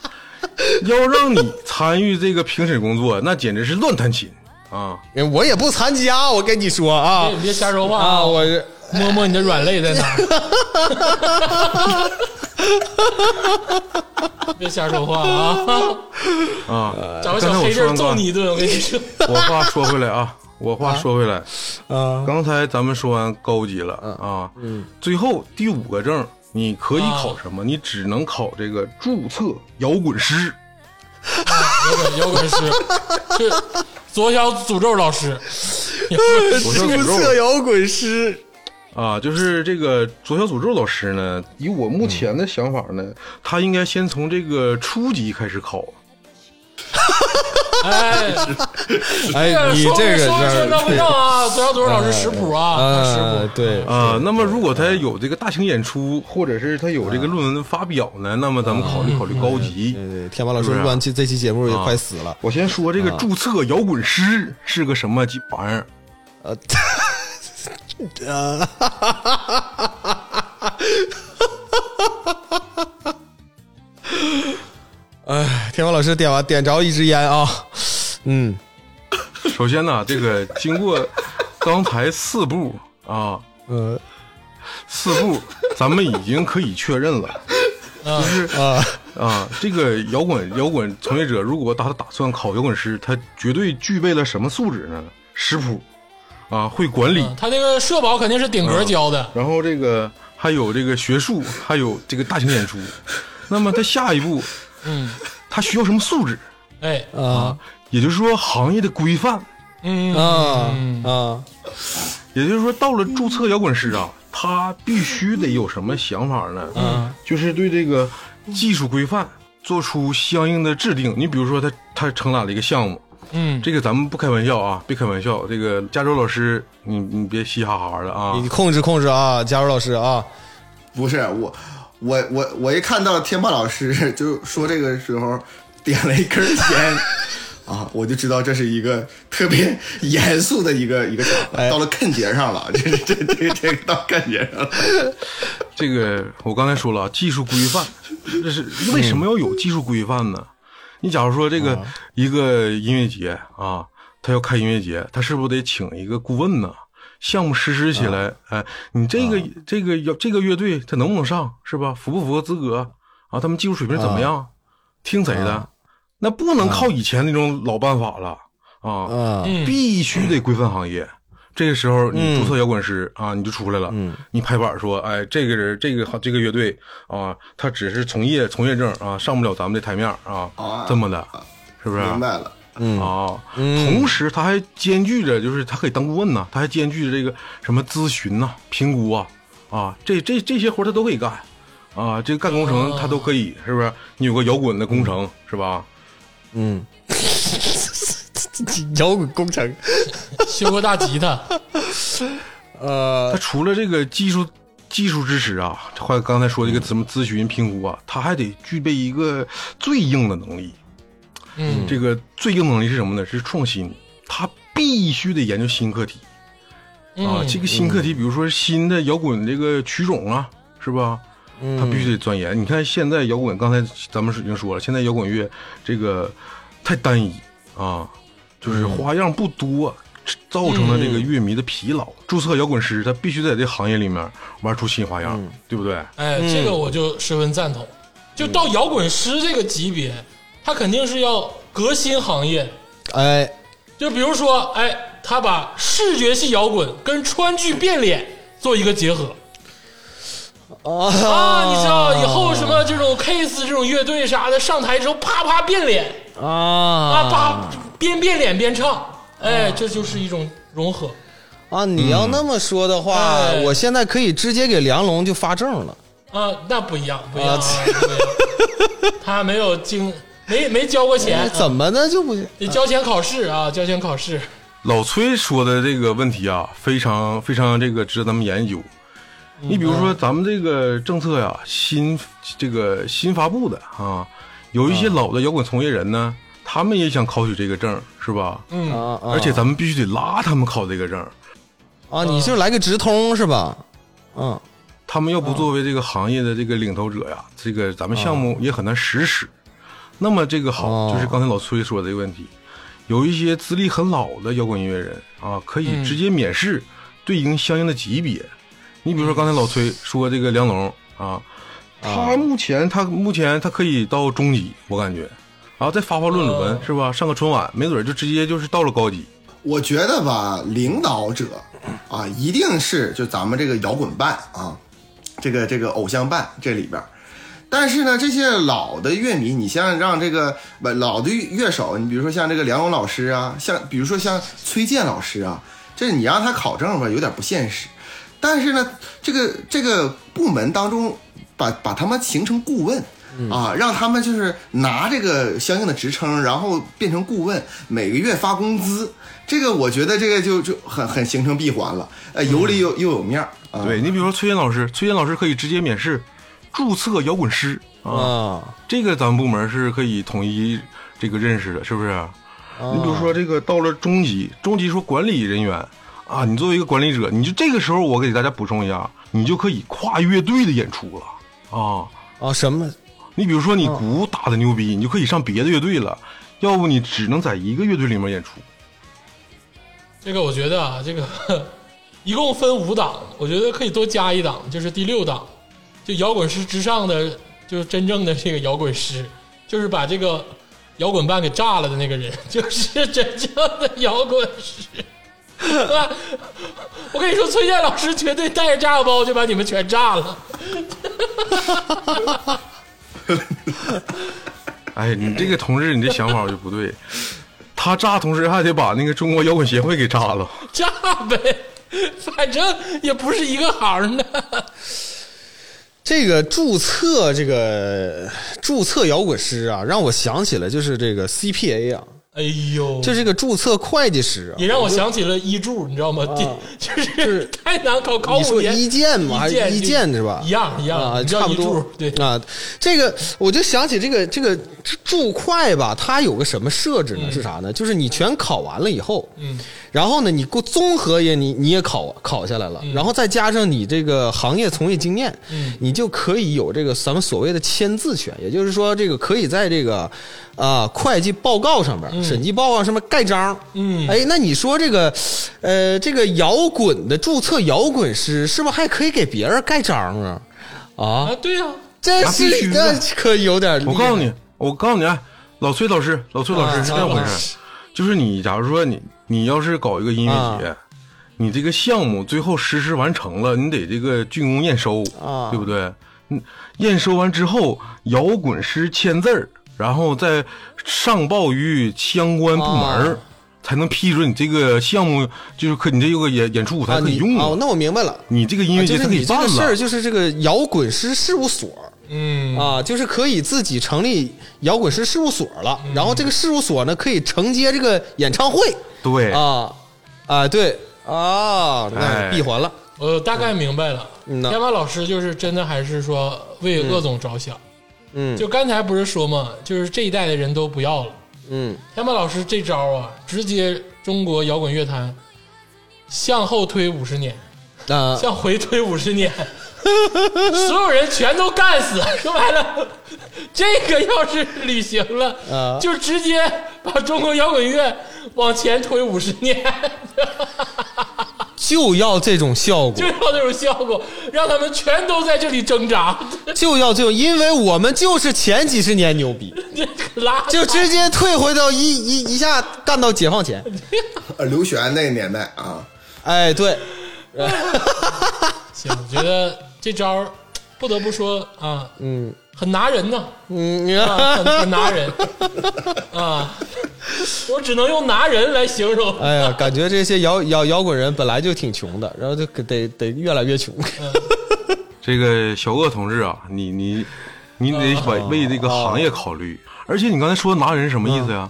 要让你参与这个评审工作，那简直是乱弹琴啊！
我也不参加，我跟你说啊
哎别别瞎说话
啊， 我是
摸摸你的软肋在哪 儿。别瞎说话 啊！
啊，
呃
找个
刚
小
才我
黑
说
地
完
儿揍
刚
你一顿，我跟你 说。
我话说回来 啊，我话说回来，
啊嗯
刚才咱们说完高级了啊，最后第五个证你可以考什么？你只能考这个注册摇滚师。
摇滚摇滚师，就左小诅咒老 师，
我说诅
注
咒
册摇滚师
啊，就是这个左小诅咒老师呢，以我目前的想法呢，他应该先从这个初级开始考。
哎，
哎
说明说明宣传不
对
上 啊，左小诅咒
哎
老师识谱啊，
嗯
他识
呃
谱。
对
啊，那么如果他有这个大型演出，或者是他有这个论文发表呢，那么咱们考虑考虑高级。
对对，天马老师
是不是啊
录完这这期节目也
啊
快死了，
我先说这个注册摇滚师是个什么鸡玩意儿。
呃，呃，哎，天马老师点完点着一支烟啊，嗯，
首先呢，这个经过刚才四步啊，
呃
四步，咱们已经可以确认了，就是
啊
啊，这个摇滚摇滚从业者如果他打算考摇滚师，他绝对具备了什么素质呢？识谱啊，会管理，
嗯他那个社保肯定是顶
嗯
格交的，
然后这个还有这个学术，还有这个大型演出。那么他下一步，
嗯，
他需要什么素质
哎，
啊
也就是说行业的规范，
嗯
啊
嗯
啊！
也就是说到了注册摇滚师啊，他必须得有什么想法呢？
嗯，
就是对这个技术规范做出相应的制定。你比如说他他承揽了一个项目，
嗯，
这个咱们不开玩笑啊，别开玩笑。这个加州老师，你你别嘻哈哈的啊
你，控制控制啊，加入老师啊，
不是我，我我我一看到天霸老师就说这个时候点了一根烟 啊，我就知道这是一个特别 严肃的一个一个场合，到了看节上了，这这这这这个到看节上了。
这个我刚才说了啊，技术规范，这是为什么要有技术规范呢？你假如说这个一个音乐节啊，他要开音乐节，他是不是得请一个顾问呢？项目实施起来，哎，你这个这个要这个乐队他能不能上是吧？符不符合资格啊？他们技术水平怎么样？听谁的？那不能靠以前那种老办法了啊，
啊
嗯
必须得规范行业。这个时候你注册摇滚师、啊，你就出来了。
嗯
你拍板说，哎，这个人这个行这个乐队啊，他只是从业从业证啊，上不了咱们这台面啊，
啊
这么的，是不是？
明白了，
啊，同时他还兼具着，就是他可以当顾问呐、他还兼具着这个什么咨询呐、评估啊，啊，这这这些活儿他都可以干，啊，这个干工程他都可以，是不是？你有个摇滚的工程是吧？
嗯，摇滚工 程，
修过大吉他，
他
呃，
除了这个技术技术支持啊，还有刚才说这个什么咨询评估啊，他还得具备一个最硬的能力，
嗯
这个最硬能力是什么呢？是创新，他必须得研究新课题啊。
嗯
这个新课题，比如说新的摇滚这个曲种啊，是吧？他必须得钻研。你看现在摇滚，刚才咱们是已经说了，现在摇滚乐这个太单一啊，就是花样不多，造成了这个乐迷的疲劳。注册摇滚师，他必须在这行业里面玩出新花样，对不对？
哎，这个我就十分赞同。就到摇滚师这个级别，他肯定是要革新行业。
哎，
就比如说，哎，他把视觉系摇滚跟川剧变脸做一个结合啊！
啊
你知道以后什么这种 Kiss 这种乐队啥的，上台之后啪啪变脸啊，
啊
啪边变脸边唱，哎，这就是一种融合。
啊！你要那么说的话，
嗯哎
我现在可以直接给梁龙就发证了。
啊，那不一样，不一样，啊、不一样他没有经没没交过钱，
哎怎么的就不
得交钱考试啊，交钱考试。
老崔说的这个问题啊，非常非常这个值得咱们研究。你比如说，咱们这个政策呀、新这个新发布的啊，有一些老的摇滚从业人呢，他们也想考取这个证，是吧？
嗯
啊？啊
而且咱们必须得拉他们考这个证，
啊，你就来个直通是吧？嗯
他们要不作为这个行业的这个领头者呀，这个咱们项目也很难实施。那么这个好，
哦
就是刚才老崔说的这个问题，有一些资历很老的摇滚音乐人啊，可以直接免试对应相应的级别。你比如说刚才老崔说这个梁龙啊，他目前他目前他可以到中级，我感觉，啊，再发发论文
哦
是吧？上个春晚，没准就直接就是到了高级。
我觉得吧，领导者啊，一定是就咱们这个摇滚办啊，这个这个偶像办这里边儿。但是呢，这些老的乐迷，你像让这个不老的乐手，你比如说像这个梁咏老师啊，像比如说像崔健老师啊，这你让他考证吧，有点不现实。但是呢，这个这个部门当中把把他们形成顾问。啊，让他们就是拿这个相应的职称，然后变成顾问，每个月发工资。这个我觉得这个就就很很形成闭环了，呃，有里有又有面儿啊。
对你比如说崔健老师，崔健老师可以直接免试注册摇滚师啊，
啊
这个咱们部门是可以统一这个认识的，是不是？你比如说这个到了中级，中级说管理人员啊，你作为一个管理者，你就这个时候我给大家补充一下，你就可以跨乐队的演出了啊。
啊什么
你比如说你鼓打的牛逼，你就可以上别的乐队了，要不你只能在一个乐队里面演出。
这个我觉得啊，这个 一共分五档，我觉得可以多加一档，就是第六档，就摇滚师之上的，就是真正的这个摇滚师，就是把这个摇滚办给炸了的那个人， 就是真正的摇滚师。啊我跟你说，崔健老师绝对带着炸药包就把你们全炸了。
哎，你这个同志，你这想法就不对。他炸，同时还得把那个中国摇滚协会给炸了。
炸呗，反正也不是一个行的。
这个注册这个注册摇滚师啊，让我想起了就是这个 CPA 啊，
哎呦，
就这个注册会计师啊
也。让我想起了医助，你知道吗？ 就就是太难考，考五
你说
年。
一建吗？还是
一
一建是吧？
一样一样，
啊，
你叫
差不
医助
多
对，
啊，这个我就想起这个这个注会吧，它有个什么设置呢？是啥呢？就是你全考完了以后，
嗯，
然后呢，你过综合也你你也考考下来了，然后再加上你这个行业从业经验，
嗯
你就可以有这个咱们所谓的签字权，也就是说，这个可以在这个啊、会计报告上
嗯
面、审计报告上面盖章。
嗯
哎，那你说这个呃，这个摇滚的注册摇滚师是不是还可以给别人盖章啊？啊
啊，，对呀、
这
那必
是
须
那
的
可有点厉害。
我告诉你，我告诉你，哎老崔老师，老崔老师
啊
是这样回
老
事，就是你假如说你你要是搞一个音
啊
乐节，你这个项目最后实施完成了，你得这个竣工验收，
啊
对不对？嗯，验收完之后，摇滚师签字儿，然后再上报于相关部门儿。
啊
才能批准你这个项目，就是可你这有个演演出舞
啊，
台可以
你
用
哦，那我明白了。啊
你这个音乐
就
节
是
它可
你
以
这
办
个事
了
儿，，就是这个摇滚师事务所
嗯
啊，就是可以自己成立摇滚师事务所了。
嗯
然后这个事务所呢，可以承接这个演唱会
对，
啊啊，对啊，那
哎
闭环了。
我大概明白了。
嗯呐
天马老师就是真的还是说为鄂总着想。
嗯
就刚才不是说嘛，就是这一代的人都不要了。
嗯，
天马老师这招啊，直接中国摇滚乐坛向后推五十年，
那
向回推五十年，所有人全都干死。说白了，这个要是履行了，
啊
就直接把中国摇滚乐往前推五十年，
就要这种效果
就，要那种效果，让他们全都在这里挣扎，
就要这种，因为我们就是前几十年牛逼，
这拉倒
就直接退回到一一一下干到解放前。
呃，刘璇那个年代啊，
哎，对，
行，我觉得这招儿不得不说啊，嗯，很拿人呐，
嗯，你
啊，
看，
很很拿人啊，我只能用拿人来形容。
哎呀，感觉这些摇摇摇滚人本来就挺穷的，然后就得得越来越穷。
这个小鄂同志啊，你你你得为为这个行业考虑，而且你刚才说拿人什么意思呀？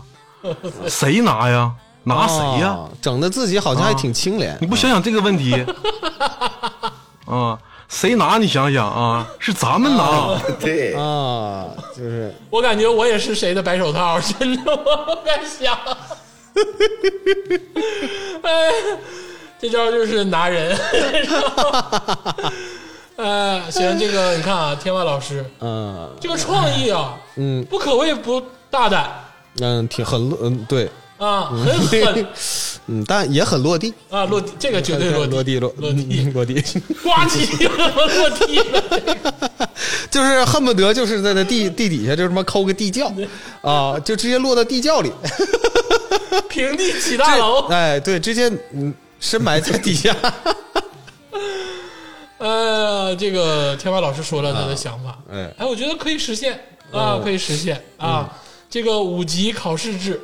谁拿呀？拿谁呀？
啊整的自己好像还挺清廉
你不想想这个问题啊？谁拿？你想想啊，是咱们拿，
对，
啊，就是
我感觉我也是谁的白手 套，真的，我在想，哎，这招就是拿人。 呃，行，这个你看啊，天外老师
嗯
这个创意啊，
嗯
不可谓不大胆
嗯，挺很落嗯对，
啊，很狠
嗯，但也很落地，
啊，落地，这个绝对落地，
落地落
落地
嗯落地，
呱唧，落地了。
就是恨不得就是在那地地底下就他妈抠个地窖啊，就直接落到地窖里。
平地起大楼。
哎，对，直接嗯深埋在底下。
呃，这个天马老师说了他的想法，
哎嗯
哎，我觉得可以实现啊，可以实现啊。这个五级考试制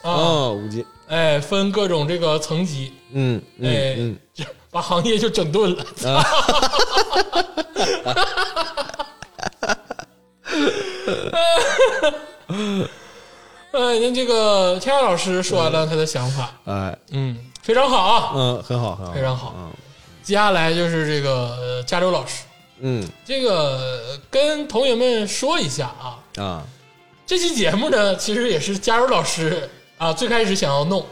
啊，
哦，五级，
哎，分各种这个层级，
嗯
哎
嗯，啊
就把行业就整 顿了。 哎，那这个天马老师说完了他的想法，
嗯，哎
嗯，非常好啊，
嗯，很好很好，
非常好。接下来就是这个呃加州老师，
嗯
这个呃跟同学们说一下啊，
啊，
这期节目呢，其实也是加州老师啊最开始想要弄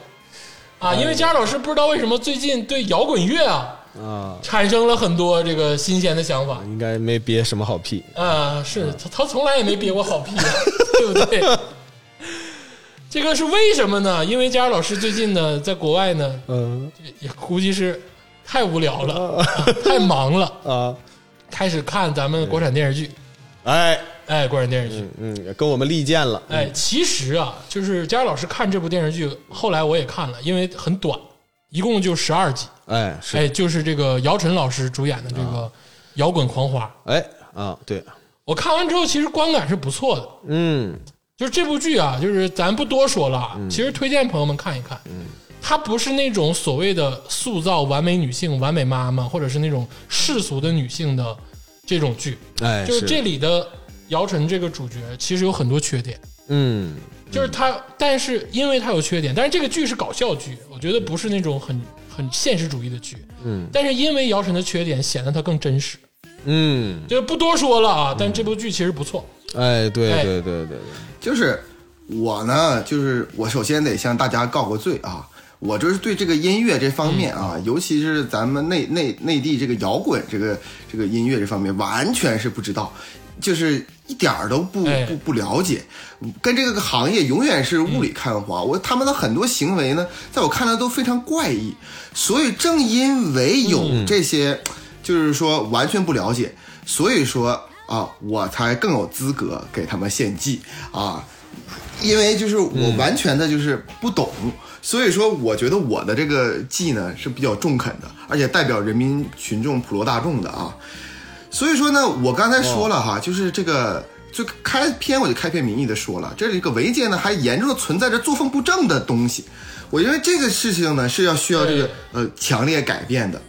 啊，因为加州老师不知道为什么最近对摇滚乐啊
啊，
产生了很多这个新鲜的想法
应该没憋什么好屁。
啊，是他他从来也没憋过好屁，啊对不对？ 这个是为什么呢？因为加州老师最近呢，在国外呢，
嗯
也估计是太无聊了，啊太忙了。
啊，
开始看咱们国产电视剧，
哎，
哎，国产电视剧，
嗯，跟我们力荐了。
哎，其实啊，就是佳老师看这部电视剧，后来我也看了，因为很短，一共就十二集，
哎，是，啊
哎，就是这个姚晨老师主演的这个《摇滚狂花》，
哎，啊，对，
我看完之后其实观感是不错的，
嗯，
就是这部剧啊，就是咱不多说了，啊其实推荐朋友们看一看。
嗯
它不是那种所谓的塑造完美女性、完美妈妈，或者是那种世俗的女性的这种剧。
哎，
就是这里的姚晨这个主角，其实有很多缺点，
嗯，
就是她，但是因为她有缺点，但是这个剧是搞笑剧，我觉得不是那种很很现实主义的剧。
嗯，
但是因为姚晨的缺点，显得她更真实。
嗯，
就是不多说了啊，但这部剧其实不错。
哎，对
哎
对对对对，
就是我呢，就是我首先得向大家告个罪啊，我就是对这个音乐这方面啊，尤其是咱们内内内地这个摇滚这个这个音乐这方面，完全是不知道，就是一点儿都不
哎
不不了解，跟这个行业永远是雾里看花。我他们的很多行为呢，在我看来都非常怪异，所以正因为有这些，就是说完全不了解，所以说。啊，我才更有资格给他们献祭啊！因为就是我完全的就是不懂，所以说我觉得我的这个技呢是比较中肯的，而且代表人民群众、普罗大众的啊。所以说呢，我刚才说了哈，就是这个就开篇我就开篇明义的说了，这里个违建呢还严重的存在着作风不正的东西。我认为这个事情呢是要需要这个呃强烈改变的。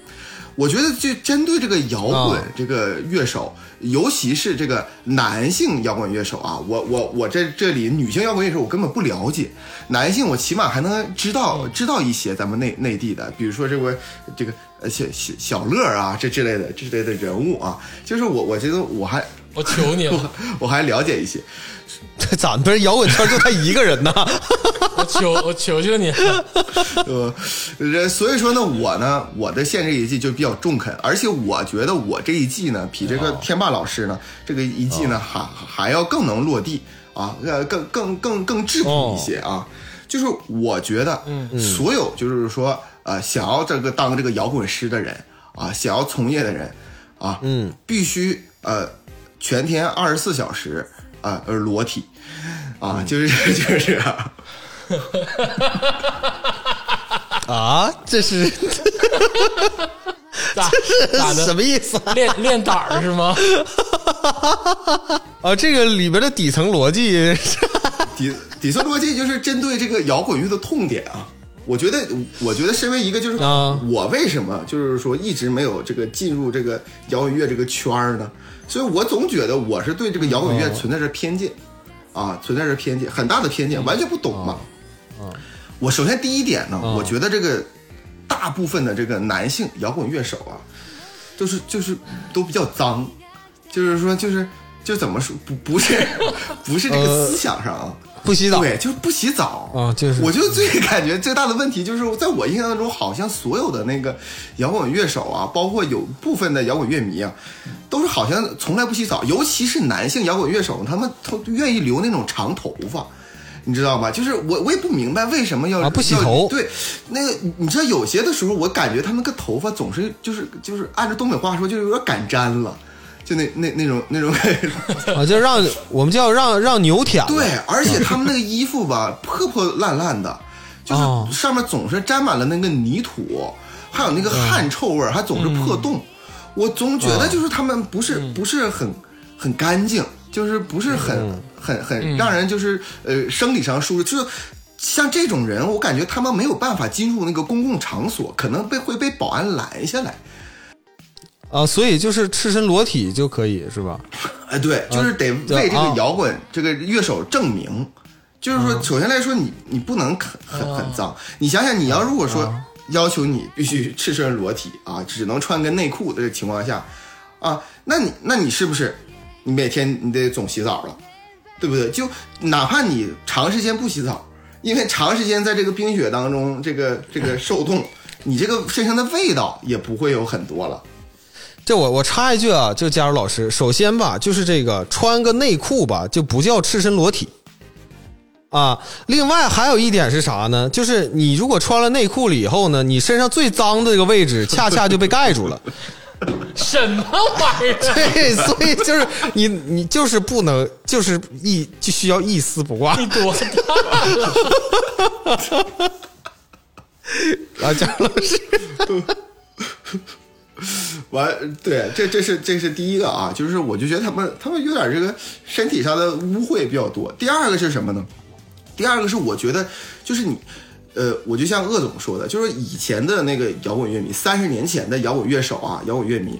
我觉得就针对这个摇滚
啊
这个乐手，尤其是这个男性摇滚乐手啊，我我我这这里女性摇滚乐手我根本不了解，男性我起码还能知道知道一些咱们内内地的，比如说这个这个呃小小小乐啊这之类的这之类的人物啊，就是我我觉得我还
我求你了，
我还了解一些，
这咱们摇滚圈就他一个人呐，
我求我求求你，
呃，呃所以说呢，我呢，我的限制一季就比较中肯，而且我觉得我这一季呢，比这个天霸老师呢，这个一季呢，还还要更能落地啊，呃，更更更更质朴一些啊。就是我觉得，所有就是说，呃，想要这个当这个摇滚师的人啊，想要从业的人啊，嗯，必须呃，全天二十四小时啊，呃，裸体啊，就是 就是这样。
啊，这是
咋咋
什
的？
么意思啊
练练胆儿是吗？
啊？这个里边的底层逻辑是
底底层逻辑就是针对这个摇滚乐的痛点啊。我觉得，我觉得身为一个就是
啊
我为什么就是说一直没有这个进入这个摇滚乐这个圈儿呢？所以我总觉得我是对这个摇滚乐存在着偏见，啊，存在着偏见，很大的偏见，完全不懂嘛。我首先第一点呢，我觉得这个大部分的这个男性摇滚乐手啊，就是就是都比较脏，就是说就是就怎么说不不是不是这个思想上啊。
不洗澡
对，就是不洗澡
啊就是
我就最 感觉最大的问题就是，在我印象当中，好像所有的那个摇滚乐手啊，包括有部分的摇滚乐迷啊，都是好像从来不洗澡，尤其是男性摇滚乐手，他们都愿意留那种长头发。你知道吗？就是我，我也不明白为什么要
啊不洗
要
头
对，那个你知道，有些的时候我感觉他们个头发总是就是就是按照东北话说，就是有点赶粘了，就那那那种那种感觉。
啊，就让我们叫让让牛舔了，
对，而且他们那个衣服吧，破破烂烂的，就是上面总是沾满了那个泥土，还有那个汗臭味儿，还总是破洞。我总觉得就是他们不是不是很很干净，就是不是很很很让人就是呃生理上舒适，就是。像这种人，我感觉他们没有办法进入那个公共场所，可能被会被保安拦下来。
啊，所以就是赤身裸体就可以是吧？
哎，对，就是得为这个摇滚、这个乐手证明，就是说，首先来说你，你不能很很很脏。你想想，你要如果说要求你必须赤身裸体啊，只能穿个内裤的情况下，啊，那你那你是不是你每天你得总洗澡了，对不对？就哪怕你长时间不洗澡，因为长时间在这个冰雪当中，这个这个受冻，你这个身上的味道也不会有很多了。
这我我插一句啊，就佳茹老师，首先吧，就是这个穿个内裤吧，就不叫赤身裸体啊。另外还有一点是啥呢？就是你如果穿了内裤了以后呢，你身上最脏的这个位置，恰恰就被盖住了。
什么玩意儿？
对，所以就是你你就是不能，就是一就需要一丝不挂
你多大？
啊，佳茹老师。
完，对，这这是这是第一个啊，就是我就觉得他们他们有点这个身体上的污秽比较多。第二个是什么呢？第二个是我觉得就是你，呃，我就像鄂总说的，就是以前的那个摇滚乐迷，三十年前的摇滚乐手啊，摇滚乐迷，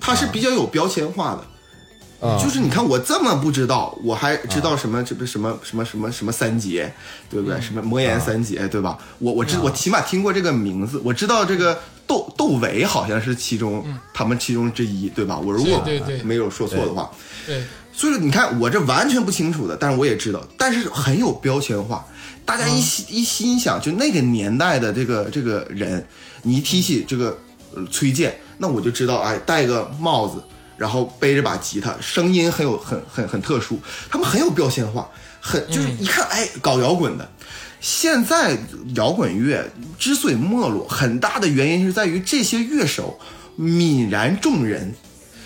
他是比较有标签化的。
啊
就是你看我这么不知道，我还知道
啊
什么这不什么什么什么什么三杰，对
嗯
不对？什么魔
啊
岩三杰，对吧？我我知我起码听过这个名字，我知道这
嗯
个窦窦唯好像是其中他们其中之一，对吧？我如果
对对对
没有说错的话，
对，
所以说你看我这完全不清楚的，但是我也知道，但是很有标签化。大家一心、一心想，就那个年代的这个这个人，你一提起这个、呃、崔健，那我就知道，哎，戴个帽子，然后背着把吉他，声音很有很很很特殊，他们很有标签化，很就是一看，哎，搞摇滚的。现在摇滚乐之所以没落，很大的原因是在于这些乐手泯然众人，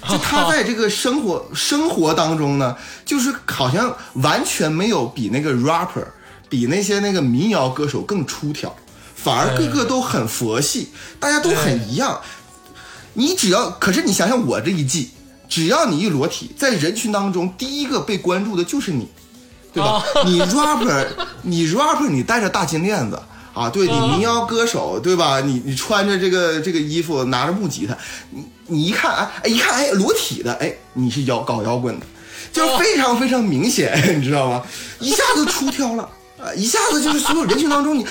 就他在这个生活生活当中呢，就是好像完全没有比那个 rapper，比那些那个民谣歌手更出挑，反而个个都很佛系，大家都很一样。你只要，可是你想想我这一季，只要你一裸体，在人群当中，第一个被关注的就是你，对吧？ 你 rapper，你 rapper，你戴着大金链子。啊，对你民谣歌手对吧？你你穿着这个这个衣服，拿着木吉他，你你一看哎哎一看哎裸体的哎，你是摇搞摇滚的，就是非常非常明显， 你知道吗？一下子出挑了，啊，一下子就是所有人群当中你。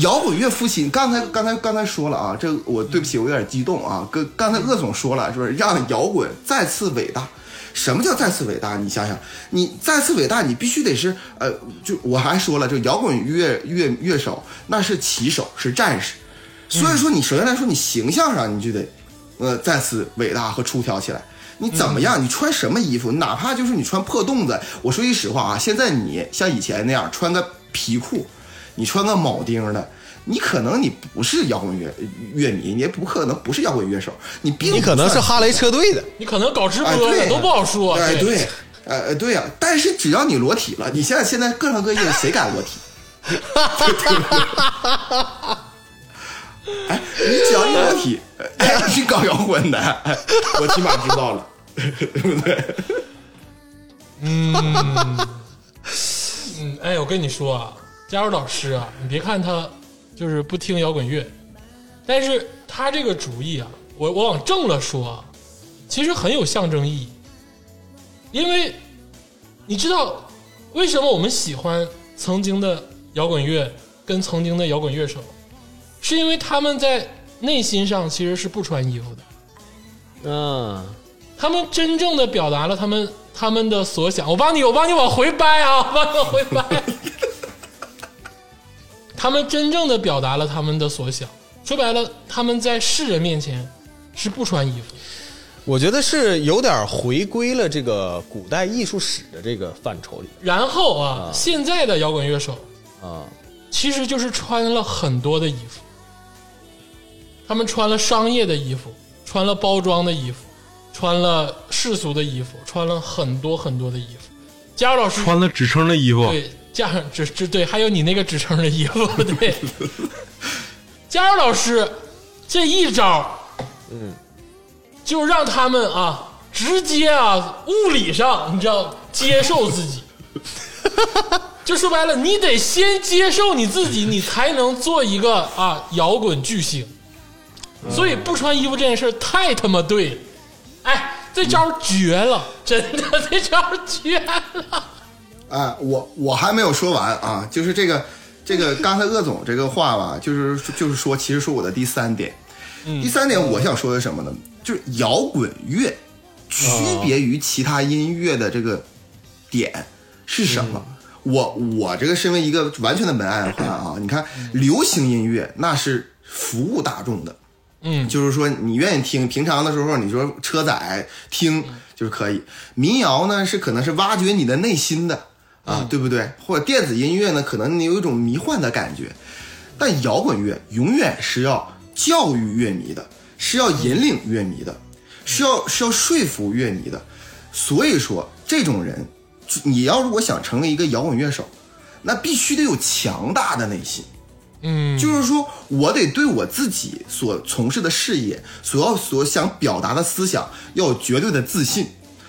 摇滚乐夫妻，你刚才刚才刚才说了啊，这我对不起，我有点激动啊。跟刚才鄂总说了，是不是让摇滚再次伟大？什么叫再次伟大？你想想，你再次伟大，你必须得是呃，就我还说了，就摇滚乐乐乐手那是旗手，是战士，所以说你首先来说，你形象上你就得呃再次伟大和出挑起来。你怎
嗯
么样？你穿什么衣服？哪怕就是你穿破洞子，我说句实话啊，现在你像以前那样穿个皮裤，你穿个铆钉的。你可能你不是摇滚乐乐迷，你也不可能不是摇滚乐手，你并
你
不
可能是
算
哈雷车队的，
你可能搞直播
哎
的
对
都不好说，
哎，
对
对，呃，呃对呀、但是只要你裸体了，你现在现在各行各业谁敢裸体？ 哎，你只要一裸体， 哎，你搞摇滚的， 哎我起码知道了，对不对？
嗯，哎，我跟你说啊，加入老师啊，你别看他就是不听摇滚乐，但是他这个主意啊，我我往正了说啊，其实很有象征意义，因为你知道为什么我们喜欢曾经的摇滚乐跟曾经的摇滚乐手，是因为他们在内心上其实是不穿衣服的，
嗯，
他们真正的表达了他们他们的所想。我帮你，我帮你往回掰啊，我帮你往回掰。 他们真正的表达了他们的所想。说白了，他们在世人面前是不穿衣服的。
我觉得是有点回归了这个古代艺术史的这个范畴里
然后啊，现在的摇滚乐手
边啊，
其实就是穿了很多的衣服，他们穿了商业的衣服，穿了包装的衣服，穿了世俗的衣服，穿了很多很多的衣服。加入老师
穿了职称的衣服，
对，加上只只对，还有你那个支撑的衣服，对。加入老师这一招，嗯，就让他们啊，直接啊，物理上你知道接受自己。就说白了，你得先接受你自己，你才能做一个啊摇滚巨星。所以不穿衣服这件事儿太他妈对了，哎，这招儿绝了，真的，这招儿绝了。
啊，我我还没有说完啊，就是这个这个刚才鄂总这个话吧，就是就是说，其实说我的第三点，第三点我想说的是什么呢？就是摇滚乐区别于其他音乐的这个点是什么？我我这个身为一个完全的门外汉啊，你看流行音乐那是服务大众的，
嗯
就是说你愿意听，平常的时候你说车载听就是可以。民谣呢是可能是挖掘你的内心的啊，对不对？或者电子音乐呢，可能你有一种迷幻的感觉。但摇滚乐永远是要教育乐迷的，是要引领乐迷的，是要是要说服乐迷的。所以说，这种人，你要如果想成为一个摇滚乐手，那必须得有强大的内心。
嗯，
就是说我得对我自己所从事的事业，所要所想表达的思想，要有绝对的自信，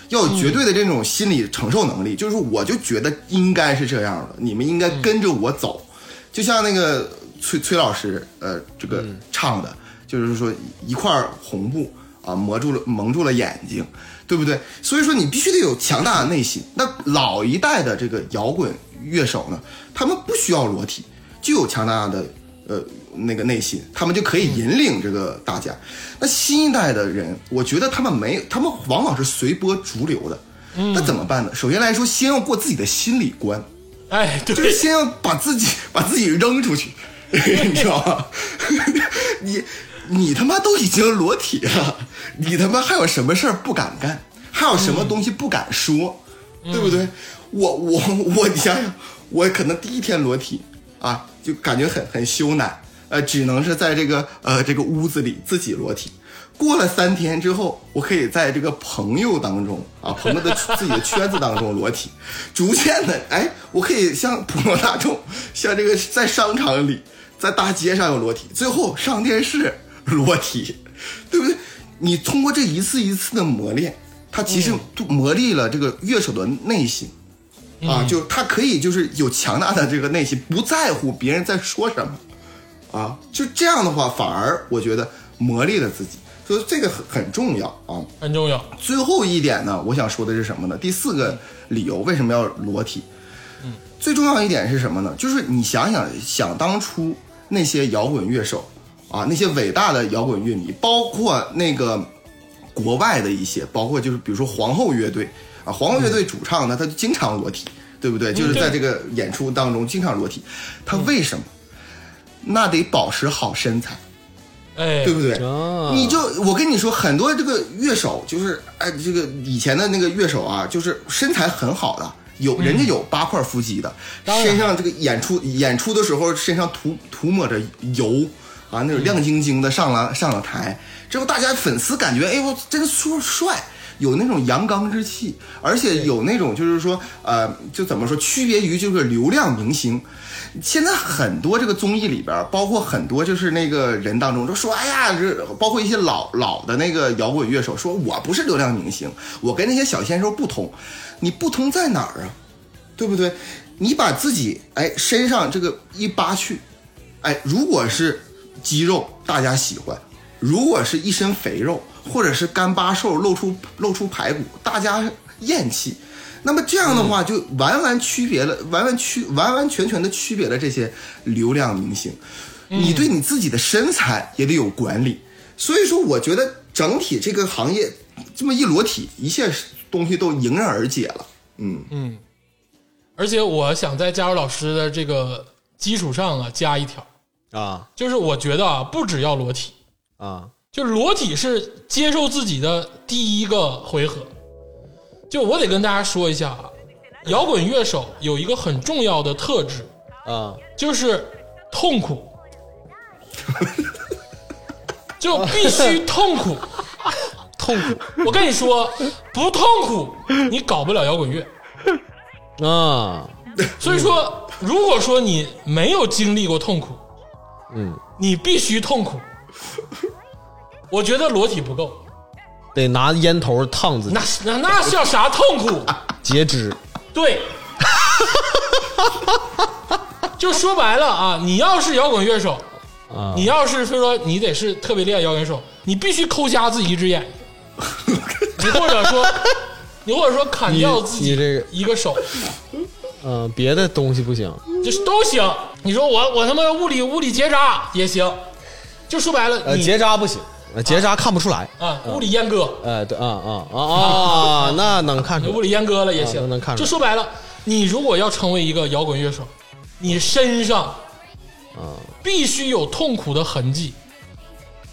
要有绝对的这种心理承受能力。就是我就觉得应该是这样的，你们应该跟着我走。就像那个崔崔老师，呃，这个唱的，就是说一块红布啊，蒙住了蒙住了眼睛，对不对？所以说你必须得有强大的内心。那老一代的这个摇滚乐手呢，他们不需要裸体，就有强大的呃那个内心，他们就可以引领这个大家。那新一代的人，我觉得他们没有，他们往往是随波逐流的。那怎么办呢？首先来说，先要过自己的心理关。
哎，
就是
对，
先要把自己把自己扔出去， 你知道吗？ 你你他妈都已经裸体了，你他妈还有什么事儿不敢干？还有什么东西不敢说？对不对？我我我，你想想，我可能第一天裸体啊，就感觉很很羞赧，呃，只能是在这个呃这个屋子里自己裸体。过了三天之后，我可以在这个朋友当中啊，朋友的自己的圈子当中裸体， 逐渐的，哎，我可以向普罗大众， 像这个在商场里，在大街上有裸体，最后上电视裸体， 对不对？你通过这一次一次的磨练，它其实都磨砺了这个乐手的内心。啊，就他可以就是有强大的这个内心，不在乎别人在说什么，啊，就这样的话，反而我觉得磨砺了自己，所以这个很很重要啊。
很重要。
最后一点呢，我想说的是什么呢？第四个理由为什么要裸体？嗯，最重要一点是什么呢？就是你想想，想当初那些摇滚乐手啊，那些伟大的摇滚乐迷，包括那个国外的一些，包括就是比如说皇后乐队啊，皇后乐队主唱呢，他就经常裸体，对不对？就是在这个演出当中经常裸体，他为什么？那得保持好身材。
哎，
对不对？
啊
你就我跟你说，很多这个乐手就是，哎，这个以前的那个乐手啊，就是身材很好的，有人家有八块腹肌的，
嗯当然
身上这个演出演出的时候身上涂涂抹着油啊，
嗯
那种亮晶晶的上了上了台之后，大家粉丝感觉，哎呦，真说帅。有那种阳刚之气，而且有那种就是说，呃，就怎么说，区别于就是流量明星。现在很多这个综艺里边，包括很多就是那个人当中，就说，哎呀，这包括一些老老的那个摇滚乐手，说我不是流量明星，我跟那些小鲜肉不同。你不同在哪儿啊？对不对？你把自己哎身上这个一扒去，哎，如果是肌肉，大家喜欢；如果是一身肥肉，或者是干巴瘦，露出露出排骨，大家厌弃。那么这样的话，就完完区别了，完完区完完全全的区别了这些流量明星。你对你自己的身材也得有管理。所以说，我觉得整体这个行业这么一裸体，一切东西都迎刃而解了。嗯，
而且我想在加入老师的这个基础上啊，加一条，
啊
就是我觉得啊，不只要裸体，
啊
就裸体是接受自己的第一个回合。就我得跟大家说一下啊，摇滚乐手有一个很重要的特质，
啊！
就是痛苦，就必须痛苦。
痛苦
我跟你说，不痛苦你搞不了摇滚乐。
啊！
所以说，如果说你没有经历过痛苦，
嗯，
你必须痛苦。我觉得裸体不够，
得拿烟头烫自己
那，那那叫啥痛 苦？
截肢。
对，就说白了啊，你要是摇滚乐手，
啊
你要是非说你得是特别厉害摇滚乐手，你必须抠瞎自己一只眼，你或者说，你或者说砍掉自
你
己
你这个
一个手，
嗯、别的东西不行。
就是都行。你说我我他妈物理物理结扎也行，就说白了
呃，
你
结扎不行，呃结扎看不出来。
啊物理阉割，
呃，对，啊啊啊啊，那能看
你
出
物
来。
理阉割了也行
啊，能看出
就
来
说白了，你如果要成为一个摇滚乐手，你身上
啊
必须有痛苦的痕迹，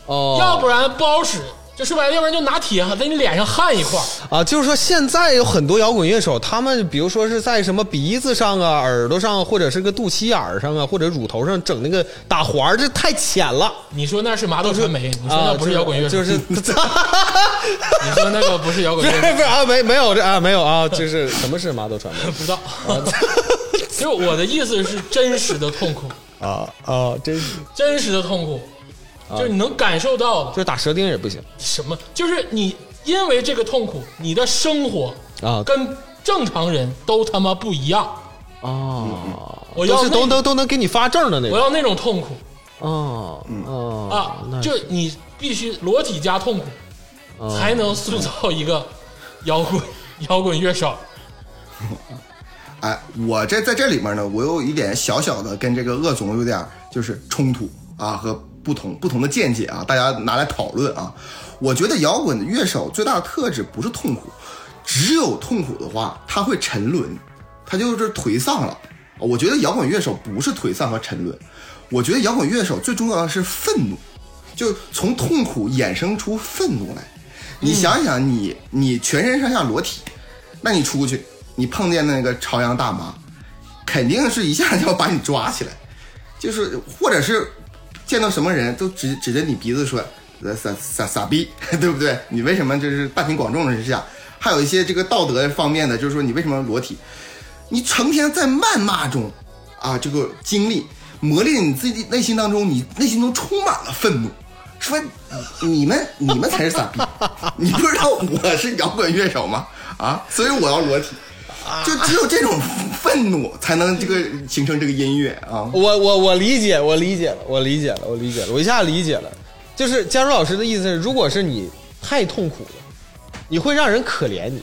哦，
要不然不好使。就说白了，要不然就拿铁在你脸上焊一块儿。
啊，就是说现在有很多摇滚乐手，他们比如说是在什么鼻子上啊、耳朵上，或者是个肚脐眼儿上啊，或者乳头上整那个打环儿，这太浅了。
你说那是麻豆传媒，你说
啊，
那不是摇滚乐手，
就是 不是
你说那个不是摇
不
滚乐手，
是啊，没没有这啊没有啊，就 是 什么是麻豆传媒
不知道。就我的意思是真实的痛苦，
啊啊，真是
真实的痛苦，
啊
就是你能感受到的。
就打舌钉也不行
什么？就是你因为这个痛苦，你的生活
啊
跟正常人都他妈不一样。
啊，
哦我
都
要
是
那
都能都能给你发证的那
我
种
要那种痛苦
哦哦
啊！就你必须裸体加痛苦，
啊
才能塑造一个摇滚摇滚乐手。
哎，我这在这里面呢，我有一点小小的跟这个鄂总有点儿就是冲突啊和不同不同的见解啊，大家拿来讨论啊。我觉得摇滚乐手最大的特质不是痛苦，只有痛苦的话，他会沉沦，他就是颓丧了。我觉得摇滚乐手不是颓丧和沉沦，我觉得摇滚乐手最重要的是愤怒，就从痛苦衍生出愤怒来。你想想你，你全身上下裸体，那你出去，你碰见那个朝阳大妈，肯定是一下就要把你抓起来，就是或者是见到什么人都指指着你鼻子说呃傻傻傻逼， 对不对？你为什么就是大庭广众之下？还有一些这个道德方面的，就是说你为什么裸体？你成天在谩骂中啊，这个经历磨练你自己内心当中，你内心中充满了愤怒，说你们你们才是傻逼， 你不知道我是摇滚乐手吗？啊，所以我要裸体，就只有这种愤怒才能这个形成这个音乐啊。
我我我理解，我理解了，我理解了，我理解了，我一下理解了。就是佳茹老师的意思是，如果是你太痛苦了，你会让人可怜你，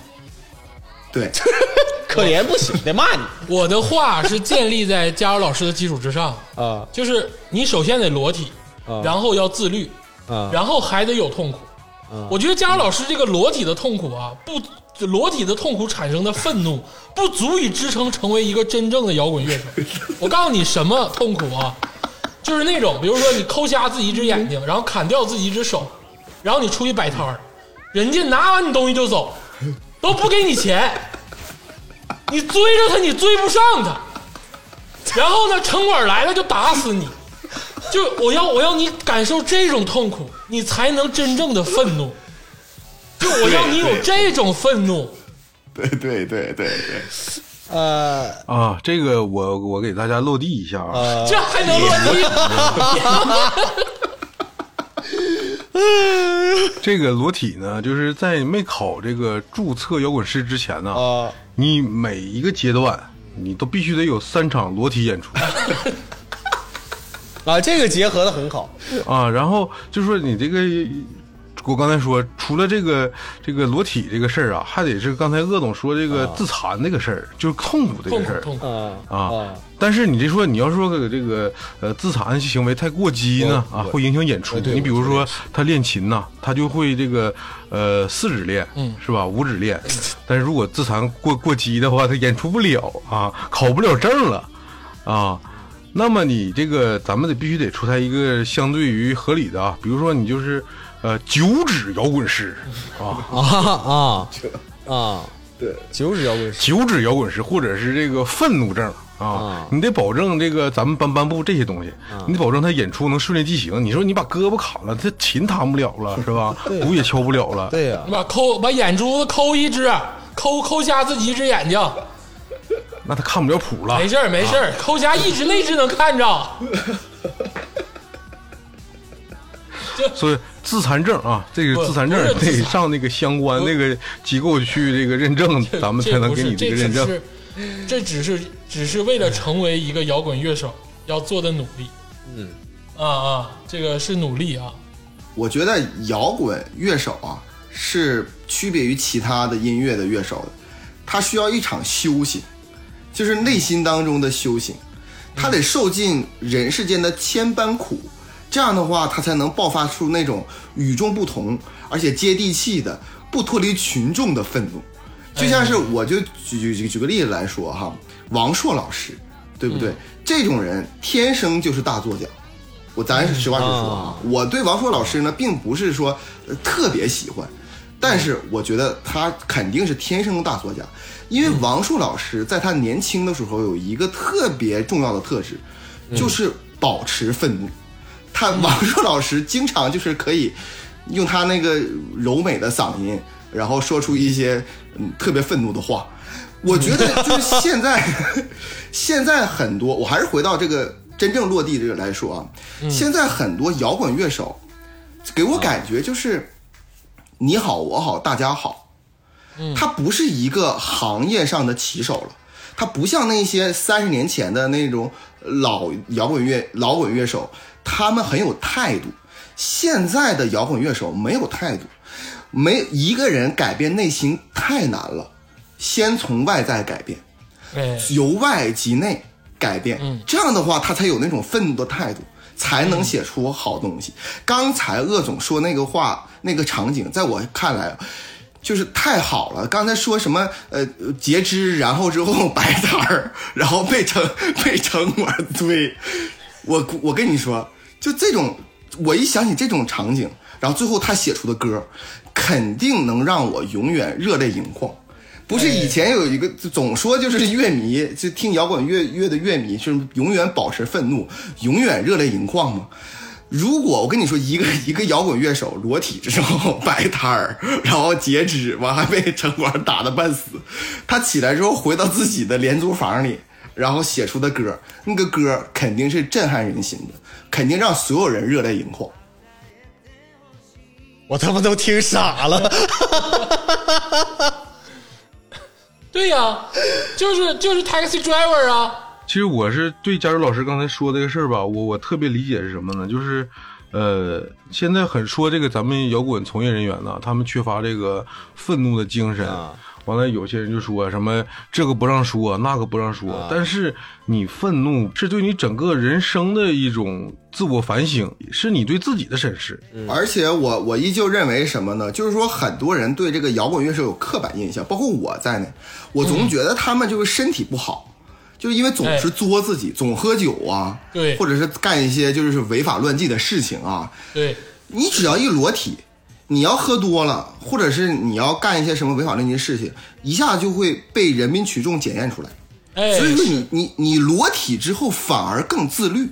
对，
可怜不行，得骂你
我的话是建立在佳茹老师的基础之上，
啊
就是你首先得裸体，
啊
然后要自律，
啊
然后还得有痛苦。我觉得佳茹老师这个裸体的痛苦啊，不，裸体的痛苦产生的愤怒， 不足以支撑成为一个真正的摇滚乐手。我告诉你什么痛苦啊，就是那种，比如说你抠瞎自己一只眼睛，然后砍掉自己一只手，然后你出去摆摊儿，人家拿完你东西就走，都不给你钱，你追着他，你追不上他，然后呢，城管来了就打死你。就我要我要你感受这种痛苦，你才能真正的愤怒。就我要你有这种愤怒，
对对对对对，
呃
啊，这个我我给大家落地一下啊，
这还能落地？
这个裸体呢，就是在没考这个注册摇滚师之前呢，
啊
你每一个阶段你都必须得有三场裸体演出
啊，这个结合的很好
啊，然后就说你这个。我刚才说，除了这个这个裸体这个事儿啊，还得是刚才鄂总说这个自残这个事儿，就是痛苦这
啊痛
个
苦
事儿。
痛苦！
啊
啊。但是你这说，你要说这个呃自残行为太过激呢啊，会影响演出。你比如说他练琴呐、他就会这个呃四指练，是吧？五指练。但是如果自残过过激的话，他演出不了啊，考不了证了啊。那么你这个咱们得必须得出台一个相对于合理的啊，比如说你就是呃九指摇滚师啊，
啊啊 啊！
对，
九指摇滚师
九指摇滚师，或者是这个愤怒症啊，
啊
你得保证这个咱们颁颁布这些东西，你得保证他演出能顺利进行。你说你把胳膊砍了，他琴弹不了了是吧？鼓也敲不了了，
对呀、
你把抠把眼珠子抠一只，啊抠抠瞎自己一只眼睛，
啊那他看不了谱了
没。事儿没事
啊
儿，抠瞎一只那只能看着。
所以自残症啊，这
不
个自残症
不是自残
得上那个相关那个机构去这个认证，咱们才能给 你
这不
这个
是
认证。
这只是这只是只是为了成为一个摇滚乐手要做的努力。嗯，啊啊，这个是努力啊。
我觉得摇滚乐手啊是区别于其他的音乐的乐手的，他需要一场修行，就是内心当中的修行，他得受尽人世间的千般苦，这样的话他才能爆发出那种与众不同而且接地气的、不脱离群众的愤怒。就像是我就举举举举个例子来说哈，王朔老师，对不对？这种人天生就是大作家。我咱实话实说啊，我对王朔老师呢，并不是说呃特别喜欢，但是我觉得他肯定是天生的大作家，因为王朔老师在他年轻的时候有一个特别重要的特质，就是保持愤怒。他王朔老师经常就是可以用他那个柔美的嗓音，然后说出一些嗯特别愤怒的话。 我觉得就是现在，现在很多，我还是回到这个真正落地这个来说啊，现在很多摇滚乐手给我感觉就是你好我好大家好，他不是一个行业上的旗手了，他不像那些三十年前的那种老摇滚乐老滚乐手，他们很有态度。现在的摇滚乐手没有态度，没一个人改变内心太难了，先从外在改变。
哎，
由外及内改变，这样的话他才有那种愤怒的态度，才能写出好东西。刚才鄂总说那个话，那个场景，在我看来。啊就是太好了！刚才说什么呃截肢，然后之后白摊儿，然后被城 被城管追，我我跟你说，就这种，我一想起这种场景，然后最后他写出的歌，肯定能让我永远热泪盈眶。不是以前有一个总说就是乐迷，就听摇滚乐乐的乐迷，就是永远保持愤怒，永远热泪盈眶吗？如果我跟你说，一个 一个摇滚乐手裸体之后摆摊儿， 然后截肢，完还被城管打得半死，他起来之后回到自己的廉租房里，然后写出的歌，那个歌肯定是震撼人心的，肯定让所有人热泪盈眶。
我他妈都听傻了。
对呀、就是就是 taxi driver 啊，
其实我是对佳茹老师刚才说这个事儿吧，我我特别理解是什么呢？就是，呃，现在很说这个咱们摇滚从业人员呢，他们缺乏这个愤怒的精神。
啊
完了，有些人就说什么这个不让说，那个不让说，但是你愤怒是对你整个人生的一种自我反省，是你对自己的审视。
而且我我依旧认为什么呢？就是说，很多人对这个摇滚乐手有刻板印象，包括我在内，我总觉得他们就是身体不好，就是因为总是作自己，总喝酒啊，
对
或者是干一些就是违法乱纪的事情啊。
对，
你只要一裸体，你要喝多了，或者是你要干一些什么违法乱纪的事情，一下就会被人民群众检验出来。
哎，
所以说你，你你裸体之后反而更自律。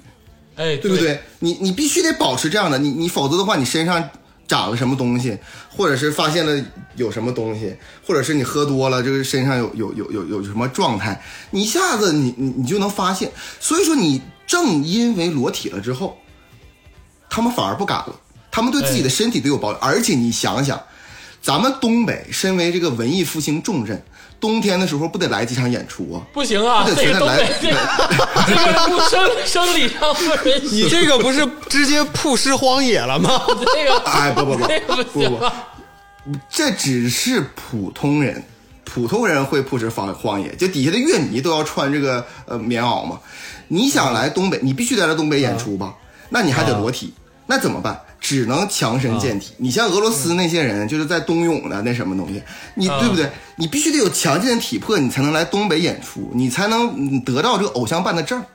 哎，
对不？对？你你必须得保持这样的，你你否则的话，你身上长了什么东西，或者是发现了有什么东西，或者是你喝多了，就是身上有有有有有什么状态，你一下子你你你就能发现。所以说，你正因为裸体了之后，他们反而不敢了，他们对自己的身体都有保留，而且你想想。咱们东北身为这个文艺复兴重镇，冬天的时候不得来几场演出 啊？
不行啊，
不得
这
全
个东
在
北
来
这个这个不生生理上不允许，
你这个不是直接曝尸荒野了吗？
这个
哎，不不不，
这个不行
不
啊，
这只是普通人，普通人会不食荒荒野，就底下的乐迷都要穿这个呃棉袄嘛。你想来东北，你必须得来东北演出吧？
嗯
那你还得裸体，那怎么办？只能强身健
嗯
体。你像俄罗斯那些人，就是在冬泳的那什么东西，你
啊
对不对？你必须得有强健的体魄，你才能来东北演出，你才能嗯得到这个偶像办的证儿。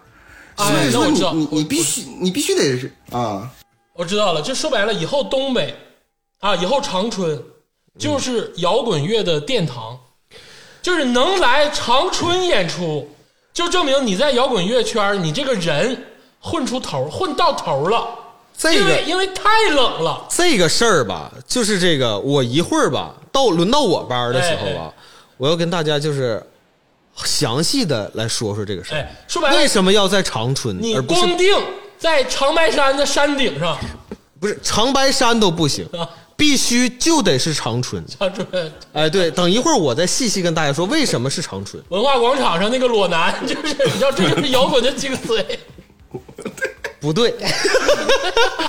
所
哎
以
那
说
我知
你
道
你
我
你必须你必须得是啊，
我知道了，就说白了，以后东北啊，以后长春就是摇滚乐的殿堂，就是能来长春演出，就证明你在摇滚乐圈儿你这个人混出头儿，混到头儿了。
这
因
个
为因为太冷了，
这个事儿吧，就是这个，我一会儿吧，到轮到我班儿的时候吧，
哎
我要跟大家就是详细的来说说这个事儿。
哎，说白
为
了，
什么要在长春，
你
而不是
光腚在长白山的山顶上，
不是长白山都不行
啊，
必须就得是 长春。
长春
哎，对，等一会儿我再细细跟大家说为什么是长春。
文化广场上那个裸男， 就是你知道，这就是摇滚的精髓。
不对，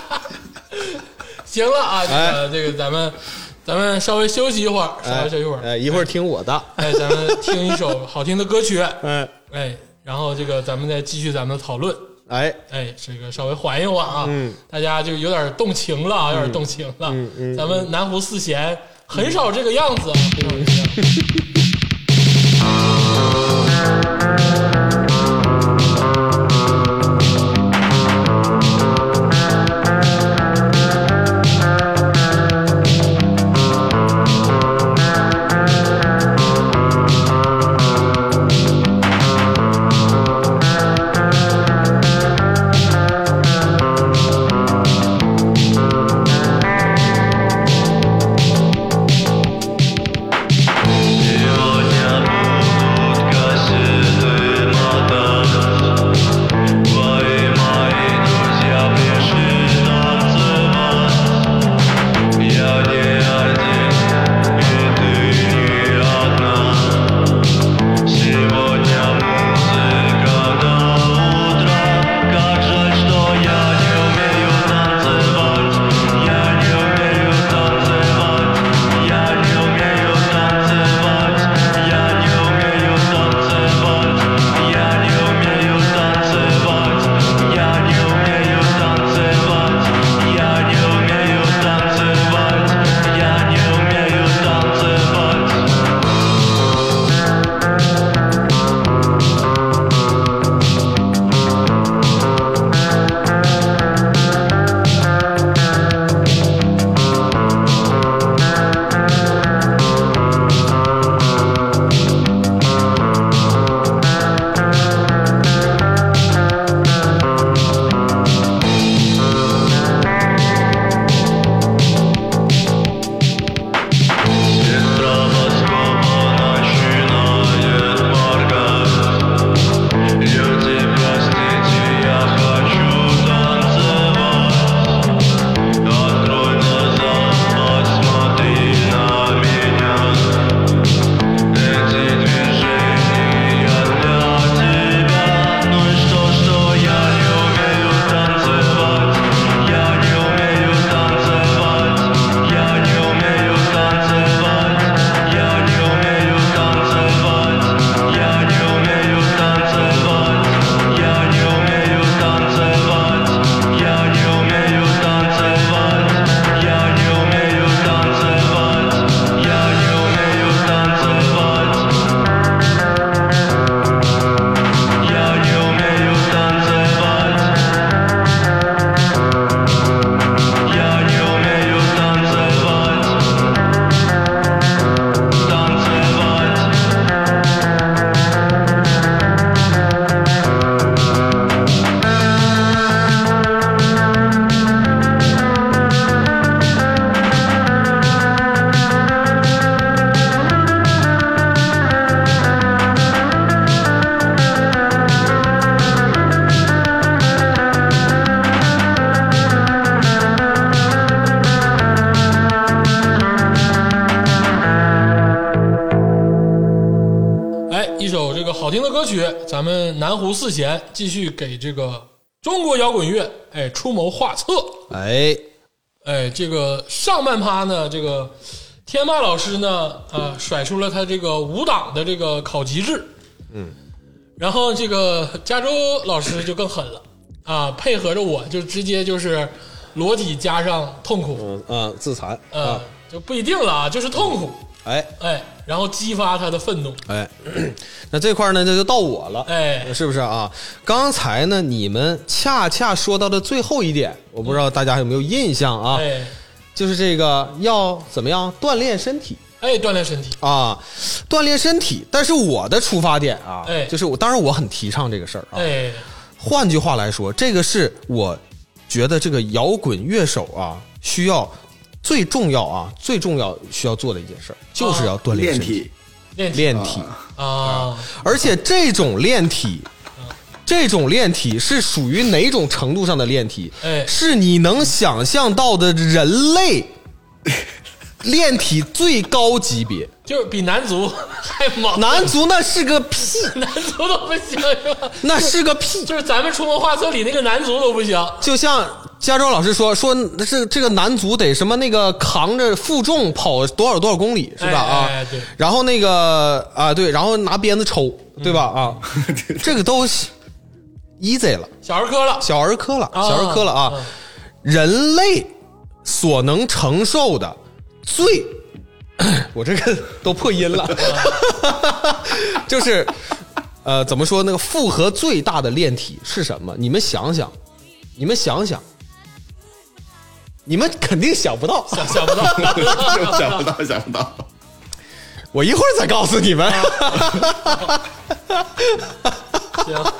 行了啊，这个、
哎
这个咱们咱们稍微休息一会儿，稍微休息一会儿，
哎，一会儿听我的。
哎，咱们听一首好听的歌曲，
哎，
哎，然后这个咱们再继续咱们的讨论，
哎，
哎，这个稍微缓一缓啊，
嗯
大家就有点动情了啊，有点动情了，
嗯
咱们南湖四贤很少这个样子啊，很少这个样子。
Yeah.
哎这个好听的歌曲，咱们南湖四贤继续给这个中国摇滚乐哎出谋划策。
哎，
哎，这个上半趴呢，这个天霸老师呢，啊、甩出了他这个五档的这个考级制，嗯，然后这个加州老师就更狠了啊，配合着我就直接就是裸体加上痛苦，
嗯啊，自残
嗯、
啊，
就不一定了啊，就是痛苦，
哎
哎，然后激发他的愤怒，
哎， 那这块儿呢，这就到我了，
哎
是不是啊？刚才呢，你们恰恰说到的最后一点，我不知道大家有没有印象啊？
哎
就是这个要怎么样锻炼身体。
哎，锻炼身体，
啊，锻炼身体。但是我的出发点啊，
哎
就是我当然我很提倡这个事儿啊。
哎
换句话来说，这个是我觉得这个摇滚乐手啊需要最重要啊最重要需要做的一件事儿，就是要锻炼
练
身体，
体
啊练体
练体。
啊，
而且这种练体，这种练体是属于哪种程度上的练体？
哎
是你能想象到的人类练体最高级别。
就是比男足还猛，
男足那是个屁，
男足都不行是吧？
那是个屁。
就是咱们出谋划策里那个男足都不行，
就像加州老师说说，这这个男足得什么那个扛着负重跑多少多少公里是吧？啊，
哎哎哎对
然后那个啊对，然后拿鞭子抽对吧？ 啊，这个都 easy 了，
小儿科了。
小儿科了，
啊
小儿科了啊！
啊
人类所能承受的最， 我这个都破音了， 就是呃，怎么说那个负荷最大的炼体是什么？你们想想，你们想想，你们肯定想不到，
嗯想想不到，
想不到，想不到，
我一会儿再告诉你们。
行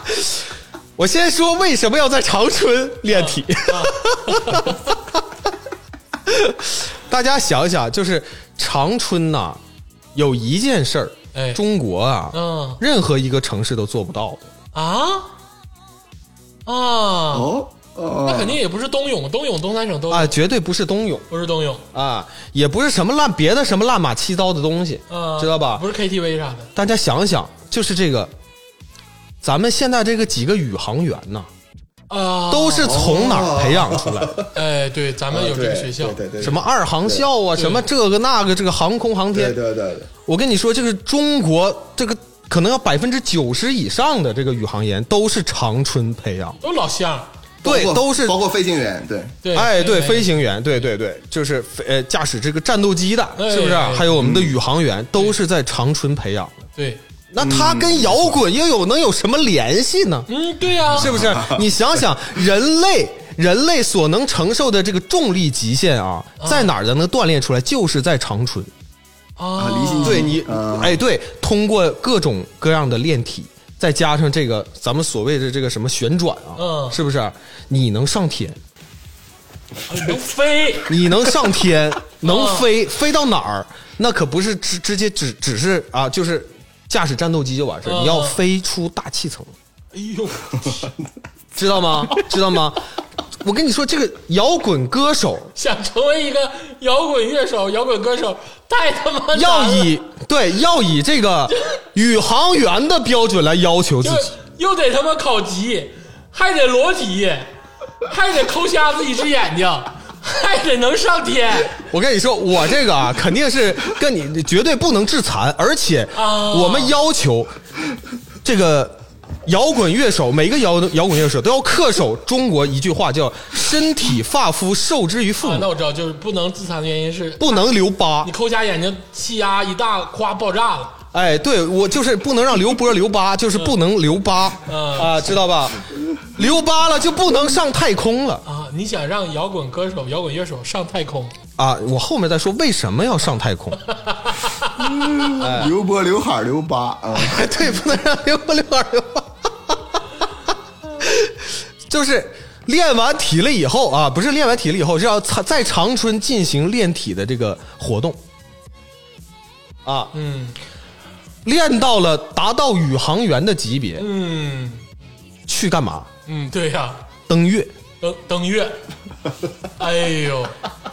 我先说为什么要在长春练体。
啊
大家想一想，就是长春呐、有一件事儿，
哎
中国啊，
嗯
任何一个城市都做不到的。
啊啊，
哦
那
哦，
肯定也不是冬泳，冬泳东三省都有
啊，绝对不是冬泳
不是冬泳，
啊，也不是什么乱别的什么乱码七糟的东西，
嗯，
知道吧
不？是 KTV 啥的，
大家想想，就是这个，咱们现在这个几个宇航员呐、
啊，
都是从哪儿培养出来的？
哎，对，咱们有这个学校，
对对对，
什么二航校啊，
对
什么这个那个，这个航空航
对
天，
对对，
我跟你说，这个中国这个可能要百分之九十以上的这个宇航员都是长春培养，
都老乡，
对，都是
包括飞行员，对，
对，
哎，对，飞行员，对对对，就是飞呃驾驶这个战斗机的，
哎
是不是？
哎嗯
还有我们的宇航员都是在长春培养的，
对，
那他跟摇滚又有能有什么联系呢？
嗯，对呀，
是不是？你想想，人类人类所能承受的这个重力极限啊，在哪儿才能锻炼出来？就是在长春。
啊，
离心机
对你
嗯
啊，
哎，对，通过各种各样的练体，再加上这个咱们所谓的这个什么旋转啊，
嗯
是不是？你能上天，
能飞，
你能 上天，能
嗯
飞，飞到哪儿？那可不是直直接只只是啊，就是驾驶战斗机就完事儿，
嗯
你要飞出大气层，
哎呦，
知道吗？知道吗？ 我跟你说，这个摇滚歌手
想成为一个摇滚乐手、摇滚歌手，太他妈难了
要以对要以这个宇航员的标准来要求自
就
己。
又得他妈考级，还得裸体，还得抠瞎自己只眼睛，还得能上天。
我跟你说，我这个啊，肯定是跟你绝对不能致残，而且
啊
我们要求这个摇滚乐手，每个摇摇滚乐手都要恪守中国一句话，叫“身体发肤受之于父
啊，那我
母
啊知道，就是不能自残的原因是”，
不能留疤
你。抠瞎眼睛，气压一大，夸爆炸了。
哎，对我就是不能让留波留疤，就是不能留疤
嗯
啊，知道吧？留疤了就不能上太空了
啊！你想让摇滚歌手、摇滚乐手上太空？
啊！我后面再说为什么要上太空。
刘波、刘海、刘疤啊，
哎对，不能让刘刘二 刘。就是练完体了以后啊，不是练完体了以后是要在在长春进行练体的这个活动啊，
嗯
练到了达到宇航员的级别，
嗯
去干嘛？
嗯，对呀、
登月，
登登月。哎呦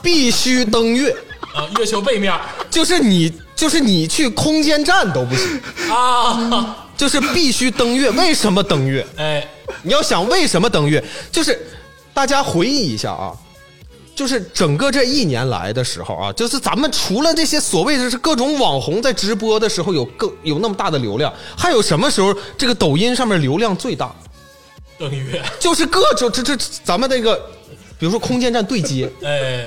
必须登月，
啊！月球背面
就是你，就是你去空间站都不行，
啊，
就是必须登月。为什么登月？
哎，
你要想为什么登月，就是大家回忆一下啊，就是整个这一年来的时候啊，就是咱们除了这些所谓的是各种网红在直播的时候有更有那么大的流量，还有什么时候这个抖音上面流量最大？
登月，
就是各种这这这咱们那个，比如说空间站对接
哎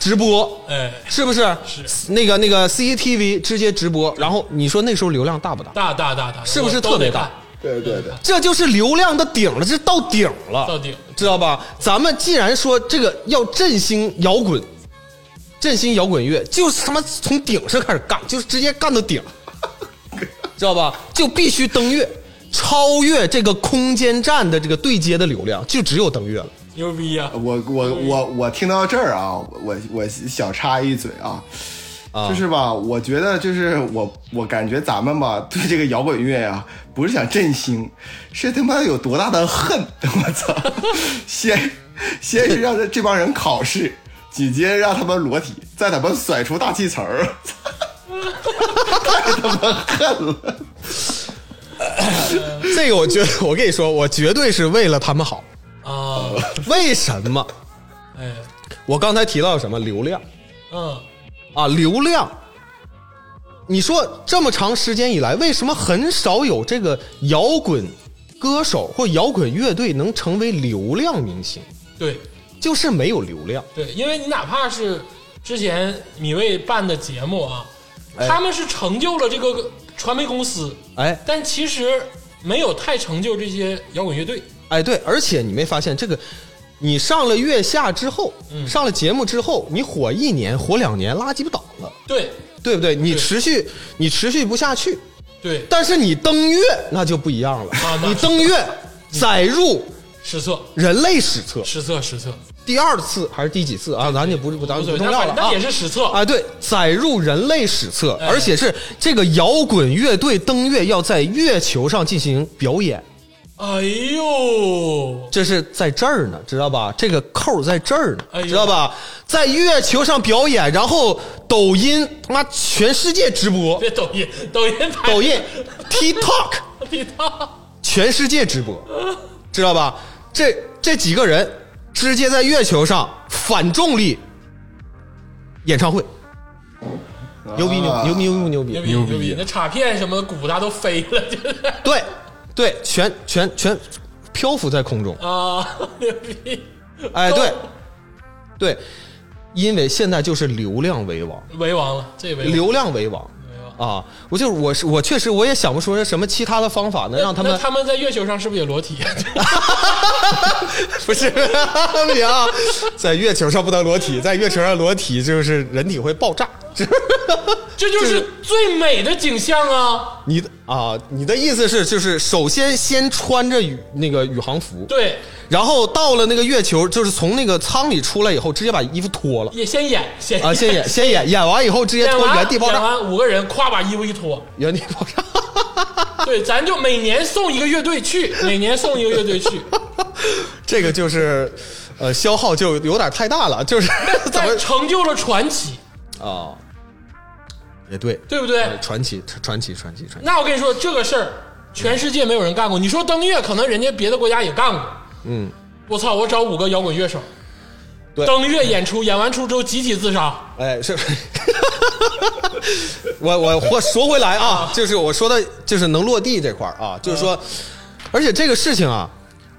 直播，
哎，
是不是？
是
那个那个 CCTV 直接直播，然后你说那时候流量大不大？
大大大大，
是不是
我都
特别
得
大
看？
对对对，
这就是流量的顶了，这到顶了，
到顶
知道吧？咱们既然说这个要振兴摇滚，振兴摇滚乐，就是他妈从顶上开始干，就是直接干到顶， 知道吧？就必须登月，超越这个空间站的这个对接的流量，就只有登月了。
牛逼呀！
我我我我听到这儿啊，我我小插一嘴啊，就是吧，我觉得就是我我感觉咱们吧，对这个摇滚乐呀、啊不是想振兴，是他妈有多大的恨！我操，先先是让这这帮人考试，紧接着让他们裸体，再他妈甩出大气层儿，太他妈恨了！
这个我觉得，我跟你说，我绝对是为了他们好。
啊，
为什么？
哎，
我刚才提到什么流量
嗯，
啊？流量，你说这么长时间以来，为什么很少有这个摇滚歌手或摇滚乐队能成为流量明星？
对
就是没有流量。
对，因为你哪怕是之前米未办的节目啊，他们是成就了这个传媒公司，
哎
但其实没有太成就这些摇滚乐队。
哎，对，而且你没发现这个，你上了月下之后，
嗯
上了节目之后，你火一年、火两年，拉鸡巴倒了，
对
对不对？你
对
持续，你持续不下去，
对，
但是你登月那就不一样了，
啊那
你登月载入
失策
人类史册，
失策失策，
第二次还是第几次啊？咱就不是不咱
无所
就啊不
谓，
重
但
要
反
了
正
啊
但也是失策。
啊！对，载入人类史册，
哎
而且是这个摇滚乐队登月要在月球上进行表演，
哎呦，
这是在这儿呢，知道吧？这个扣在这儿
哎
呢，
呦
知道吧？在月球上表演，然后抖音他妈全世界直播，
别抖音，抖音拍
抖音、TikTok
你他
全世界直播，知道吧？这这几个人直接在月球上反重力演唱会，牛逼牛
啊
牛逼牛逼牛逼啊
牛逼
牛逼
牛逼，那卡片什么的鼓大都飞了，就是
对对，全全全漂浮在空中，
啊， 牛逼，
哎，
都
对对，因为现在就是流量为王，
为王了，这为王
流量为王
为王。
啊！我就是我是我确实我也想不出什么其他的方法能让他
那
们
他们在月球上是不是也裸体？
不是不行啊，在月球上不能裸体，在月球上裸体就是人体会爆炸。 这
这就是最美的景象啊！
你的啊，你的意思是就是首先先穿着宇那个宇航服，
对，
然后到了那个月球，就是从那个舱里出来以后，直接把衣服脱了
也先演，先
啊，先演先演，演完以后直接
演
脱
完
原地爆
演
炸，
完五个人夸把衣服一脱，
原地爆炸。
对，咱就每年送一个乐队 去，每年送一个乐队去，
这个就是，呃，消耗就有点太大了，就是 怎
但
么
成就了传奇，
啊？也对，
对不对
呃？传奇，传奇，传奇，传奇。
那我跟你说这个事儿，全世界没有人干过。你说登月，可能人家别的国家也干过。
嗯，
我操，我找五个摇滚乐手，
对
登月演出，演完出之后集体自杀。
哎，是， 我我我说回来啊，就是我说的，就是能落地这块儿啊，就是
嗯
说，而且这个事情啊，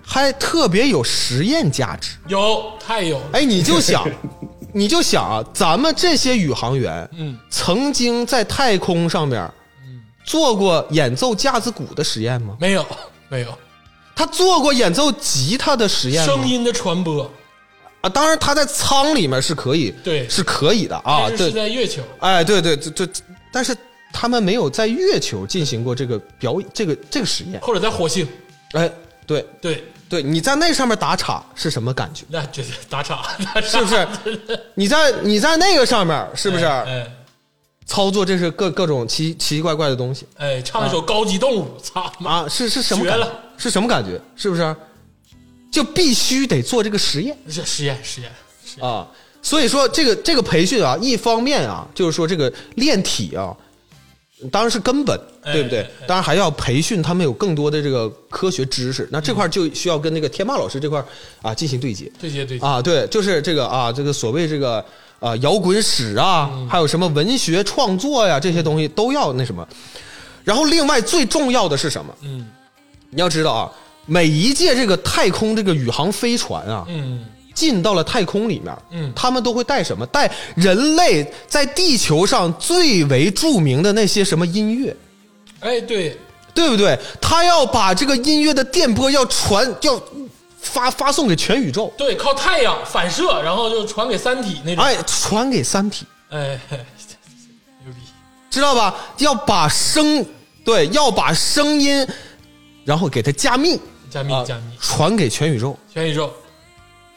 还特别有实验价值。
有，太有了。
哎，你 就想，你就想啊，咱们这些宇航员，
嗯，
曾经在太空上面，做过演奏架子鼓的实验吗？
没有，没有
他做过演奏吉他的实验吗
声音的传播，
啊，当然他在舱里面是可以，
对
是可以的啊，
但是是
对，
在月球。
哎，对对，这这，但是他们没有在月球进行过这个表演，这个这个实验，
或者在火星。
哎，对
对，
对，你在那上面打岔是什么感觉？
那绝对打岔，打岔
是不 是？你在你在那个上面是不是
哎
操作这是各各种奇奇奇怪怪的东西
哎，唱一首《高级动物》，操妈！
啊？是是什么
绝
感
了？
是什么感觉？是不是？就必须得做这个实验。
这实验实验实验，
啊。所以说这个这个培训啊，一方面啊，就是说这个练体啊，当然是根本，
哎
对不对
哎？
当然还要培训他们有更多的这个科学知识。那这
嗯
块儿就需要跟那个天霸老师这块儿啊进行对接。
对接对接，
啊，对，就是这个啊，这个所谓这个啊摇滚史啊，
嗯
还有什么文学创作呀，这些东西都要那什么。然后另外最重要的是什么？
嗯
你要知道啊，每一届这个太空这个宇航飞船啊，
嗯
进到了太空里面，
嗯
他们都会带什么？带人类在地球上最为著名的那些什么音乐。
哎对，
对不对？他要把这个音乐的电波要传，要发发送给全宇宙，
对，靠太阳反射，然后就传给三体那种。
哎，传给《三体》。
哎， 牛逼！
知道吧？要把声对，要把声音，然后给它加密，
加密
啊
加密，
传给全宇宙，
全宇宙。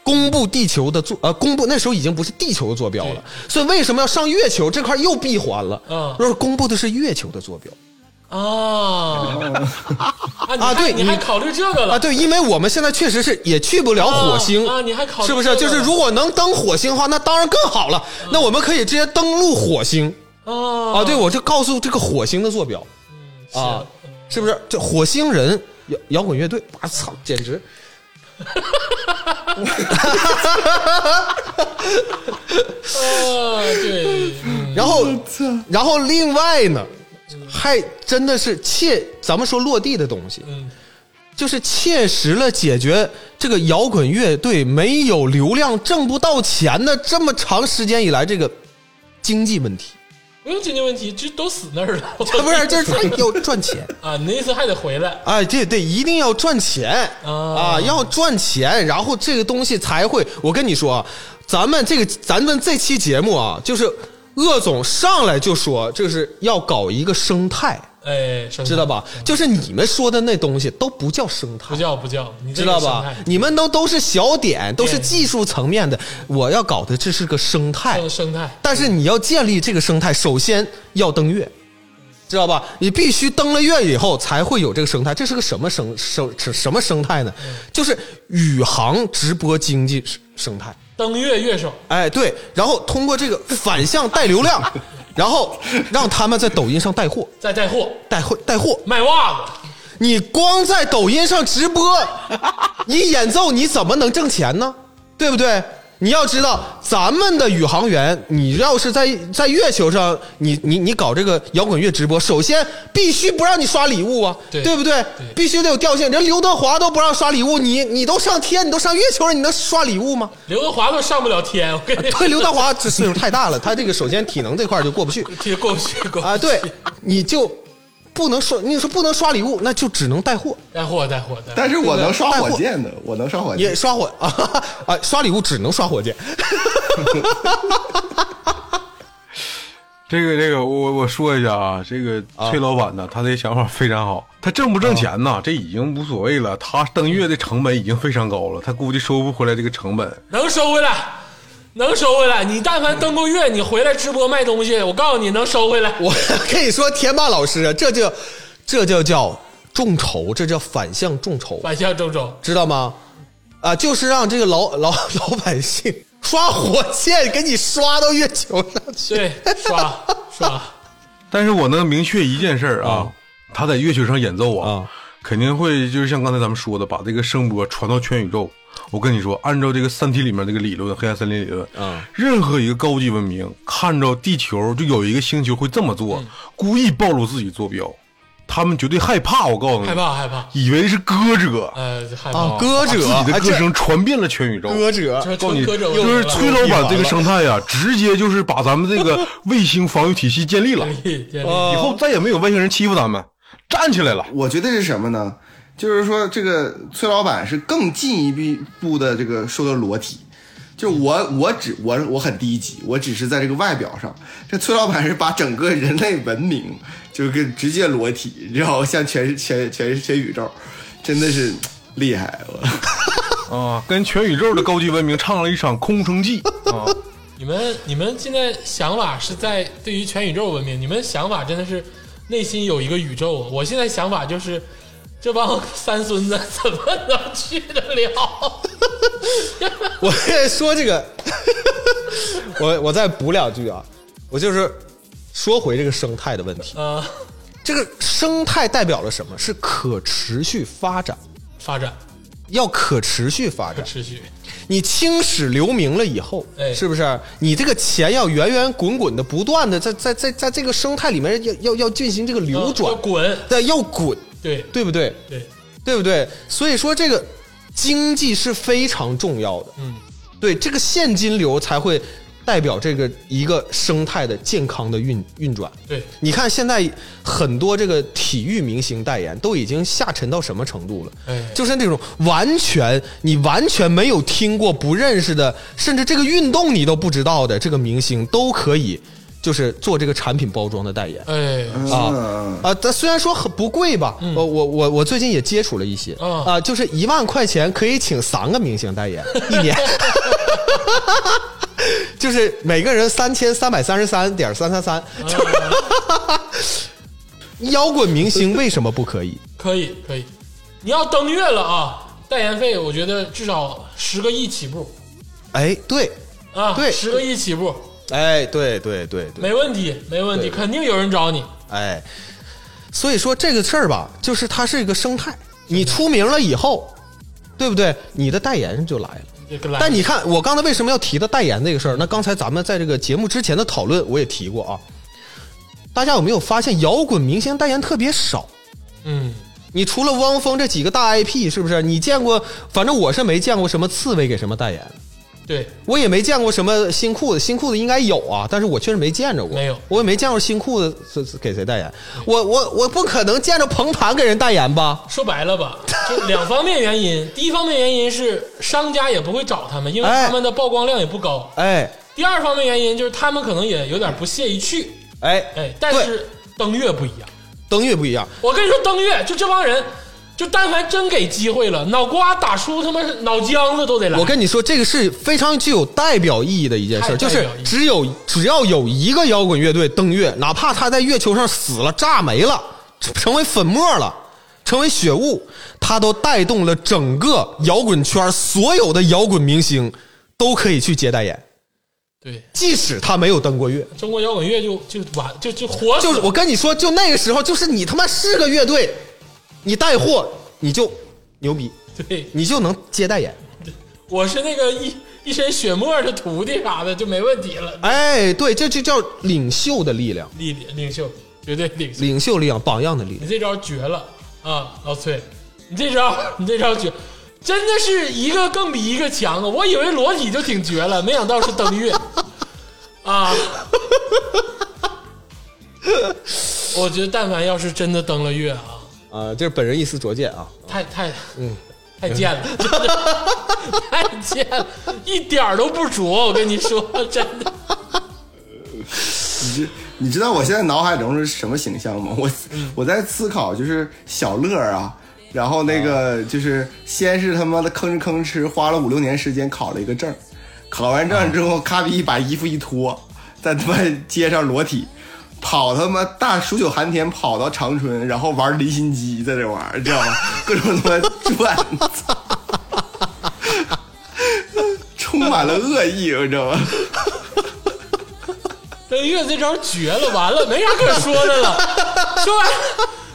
公布地球的坐呃，公布那时候已经不是地球的坐标了，所以为什么要上月球这块又闭环了？
嗯
就是公布的是月球的坐标
啊啊你还
啊对
你还
你
考虑这个了
啊，对，因为我们现在确实是也去不了火星
啊啊你还考虑
是不
这
是？
个嗯
就是如果能登火星的话，那当然更好了，那我们可以直接登陆火星
啊
啊，对，我就告诉这个火星的坐标啊，是不是？这火星人摇摇滚乐队，我操，简直！
啊对，嗯
然后，然后另外呢，还真的是切，咱们说落地的东西，
嗯
就是切实了解决这个摇滚乐队没有流量挣不到钱的这么长时间以来这个经济问 题。
不用经济问题，这都死那儿了。
啊，不是，这是要赚钱。
啊，你那意思还得回来
哎，对对，一定要赚钱
啊
啊！要赚钱，然后这个东西才会。我跟你说啊，咱们这个咱们这期节目啊，就是鄂总上来就说，这是要搞一个生态，
哎，生态
知道吧？就是你们说的那东西都不叫生态
不。叫不叫，你这
知
个
道吧
生态？
你们都都是小点，都是
对
技术层面的。我要搞的这是个生态
这个，生态
但是你要建立这个生态，首先要登月，知道吧？你必须登了月以后才会有这个生态。这是个什么生生什么生态呢？
嗯
就是宇航直播经济生态。
登月乐手
哎，对，然后通过这个反向带流 量，然后让他们在抖音上带货，
在带货
带货带货。
卖袜子，
你光在抖音上直播，你演奏你怎么能挣钱呢？对不对？你要知道，咱们的宇航员，你要是在在月球上，你你你搞这个摇滚乐直播，首先必须不让你刷礼物啊，
对
不对？必须得有调性。人刘德华都不让刷礼物，你你都上天，你都上月球了，你能刷礼物吗？
刘德华都上不了天，我跟你
对，刘德华这岁数太大了，他这个首先体能这块儿就过不去。
这过不去过不去
啊，对，你就不能刷，你说不能刷礼物，那就只能带货，
带货带货带货，
但是我能刷
带货
火箭的，我能刷火
也
箭。
刷火 啊哈哈啊，刷礼物只能刷火箭。
这个这个，我我说一下啊，啊这个崔老板呢，他的想法非常好。他挣不挣钱呢？这已经无所谓了。他登月的成本已经非常高了，他估计收不回来这个成本。
能收回来。能收回来，你但凡登过月，你回来直播卖东西，我告诉你能收回来。
我跟你说，天霸老师啊，这就这就叫众筹，这叫反向众筹，
反向郑州，
知道吗？啊，就是让这个老老老百姓刷火箭，给你刷到月球上去。
对，刷刷，
但是我能明确一件事儿啊，他在月球上演奏啊，
啊
肯定会就是像刚才咱们说的，把这个声波传到全宇宙。我跟你说，按照这个《三体》里面这个理论，黑暗森林理论，
嗯
任何一个高级文明看着地球，就有一个星球会这么做，故意暴露自己坐标，他们绝对害怕。我告诉你，
害怕害怕，
以为是歌者，
呃，害
啊
怕。
歌者，
哦把自己的歌
啊
声传遍了全宇宙
这。歌者，
这
告诉
纯
你，
歌者，
就是崔老板这个生态呀，直接就是把咱们这 个卫星防御体系建立了。
建立
啊
以后再也没有外星人欺负咱们，站起来了。
我觉得是什么呢？就是说，这个崔老板是更进一步的这个说的裸体。就是我，我只我我很低级，我只是在这个外表上。这崔老板是把整个人类文明就是跟直接裸体，你知道，像全全全全宇宙，真的是厉害我。
啊，跟全宇宙的高级文明唱了一场空城计啊！
你们你们现在想法是在对于全宇宙文明，你们想法真的是内心有一个宇宙。我现在想法就是，这帮三孙子怎么能去得 了？
我跟你说这个，我我再补两句啊，我就是说回这个生态的问题，
呃，
这个生态代表了什么？是可持续发展，
发展
要可持续发
可
展。
持续，
你青史留名了以后，
哎
是不是？你这个钱要源源滚滚的，不断的在在在在这个生态里面要要要进行这个流转
要，滚，
但要滚，
对
对不对？
对，
对不对？所以说这个经济是非常重要的，
嗯，
对这个现金流才会代表这个一个生态的健康的运运转。
对，
你看现在很多这个体育明星代言都已经下沉到什么程度了？
哎
就是那种完全你完全没有听过、不认识的，甚至这个运动你都不知道的这个明星，都可以就是做这个产品包装的代言。
哎，
啊，
啊，但虽然说很不贵吧，我我我我最近也接触了一些，
嗯
啊，就是一万块钱可以请三个明星代言一年， 就是每个人三千三百三十三点三三三，摇滚明星为什么不可以？
可以可以，你要登月了啊，代言费我觉得至少十个亿起步
哎，对，
啊，
对
十个亿起步
哎，对对对对，
没问题，没问题，
对
肯定有人找你，
哎，所以说这个事儿吧，就是它是一个生态，你出名了以后，对不对？你的代言人就来了。
这个来
但你看，我刚才为什么要提到代言这个事儿？那刚才咱们在这个节目之前的讨论，我也提过啊。大家有没有发现，摇滚明星代言特别少？
嗯，
你除了汪峰这几个大 IP，是不是？你见过？反正我是没见过什么刺猬给什么代言，
对，
我也没见过什么新裤子。新裤子应该有啊，但是我确实没见着过。
没有
我也没见过新裤子是是给谁代言。我我我不可能见着彭坦给人代言吧？
说白了吧，就两方面原因，第一方面原因是商家也不会找他们，因为
哎
他们的曝光量也不高，
哎
第二方面原因就是他们可能也有点不屑一去，
哎
哎，但
对
是登月不一样。
登月不一样。
我跟你说，登月就这帮人，就但凡真给机会了，脑瓜打出他妈脑浆子都得来。
我跟你说，这个是非常具有代表意义的一件事儿，
太
就
代
是
表意义
只有只要有一个摇滚乐队登月，哪怕他在月球上死了、炸没了、成成为粉末了、成为血雾，他都带动了整个摇滚圈所有的摇滚明星都可以去接代言，
对
即使他没有登过月。
中国摇滚乐就就完就就活死
就是我跟你说，就那个时候，就是你他妈是个乐队，你带货你就牛逼，
对，
你就能接代言。
我是那个一一身血沫的徒弟啥的就没问题了。
哎，对，这就叫领袖的力量。
领领袖，绝对领袖，
领袖力量、榜样的力
你
量。
这招绝了啊，老崔，你这招 你这招绝，真的是一个更比一个强啊！我以为裸体就挺绝了，没想到是登月啊。我觉得，但凡要是真的登了月啊，
啊，这是本人一丝拙见啊。
太太，嗯，太贱了，真的 太贱了，一点儿都不拙。我跟你说，真的，
你知你知道我现在脑海中是什么形象吗？我我在思考，就是小乐儿啊，然后那个就是先是他妈的吭哧吭哧花了五六年时间考了一个证儿，考完证之后，咔逼把衣服一脱，在他妈街上裸体。跑他妈大数九寒天跑到长春，然后玩离心机，在这玩儿，知道吗？各种他妈转，操 充满了恶意，你知道吗？
登月这招绝了，完了，没啥可说的了。说完了，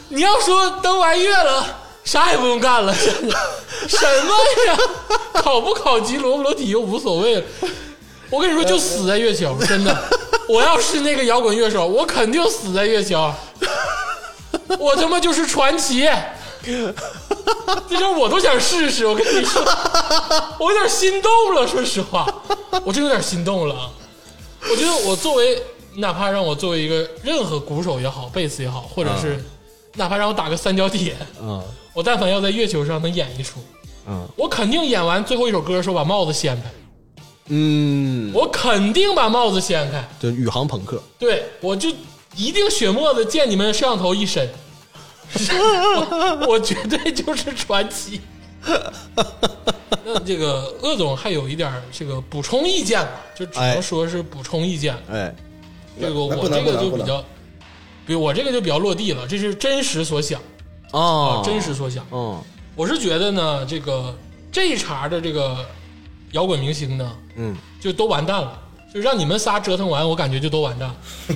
你要说登完月了，啥也不用干了，真的，什么呀？考不考级，裸不裸体又无所谓了。我跟你说，就死在月球，真的。我要是那个摇滚乐手，我肯定死在月球。我他妈就是传奇，这招我都想试试。我跟你说，我有点心动了。说实话，我真有点心动了啊。我觉得我作为，哪怕让我作为一个任何鼓手也好，贝斯也好，或
啊
者是哪怕让我打个三角铁，
嗯
我但凡要在月球上能演一出，
嗯
我肯定演完最后一首歌的时候把帽子掀开，
嗯，
我肯定把帽子掀开，
就宇航朋克。
对我就一定血沫子溅你们摄像头一身，我我绝对就是传奇。那这个鄂总还有一点儿这个补充意见吧，就只
哎
能说是补充意见了。
哎，
这个我
不
这
能不
个
能
就
不
比
能
较，比我这个就比较落地了，这是真实所想
哦
啊，真实。所想。
嗯
我是觉得呢，这个这一茬的这个摇滚明星呢，
嗯，
就都完蛋了，就让你们仨折腾完，我感觉就都完蛋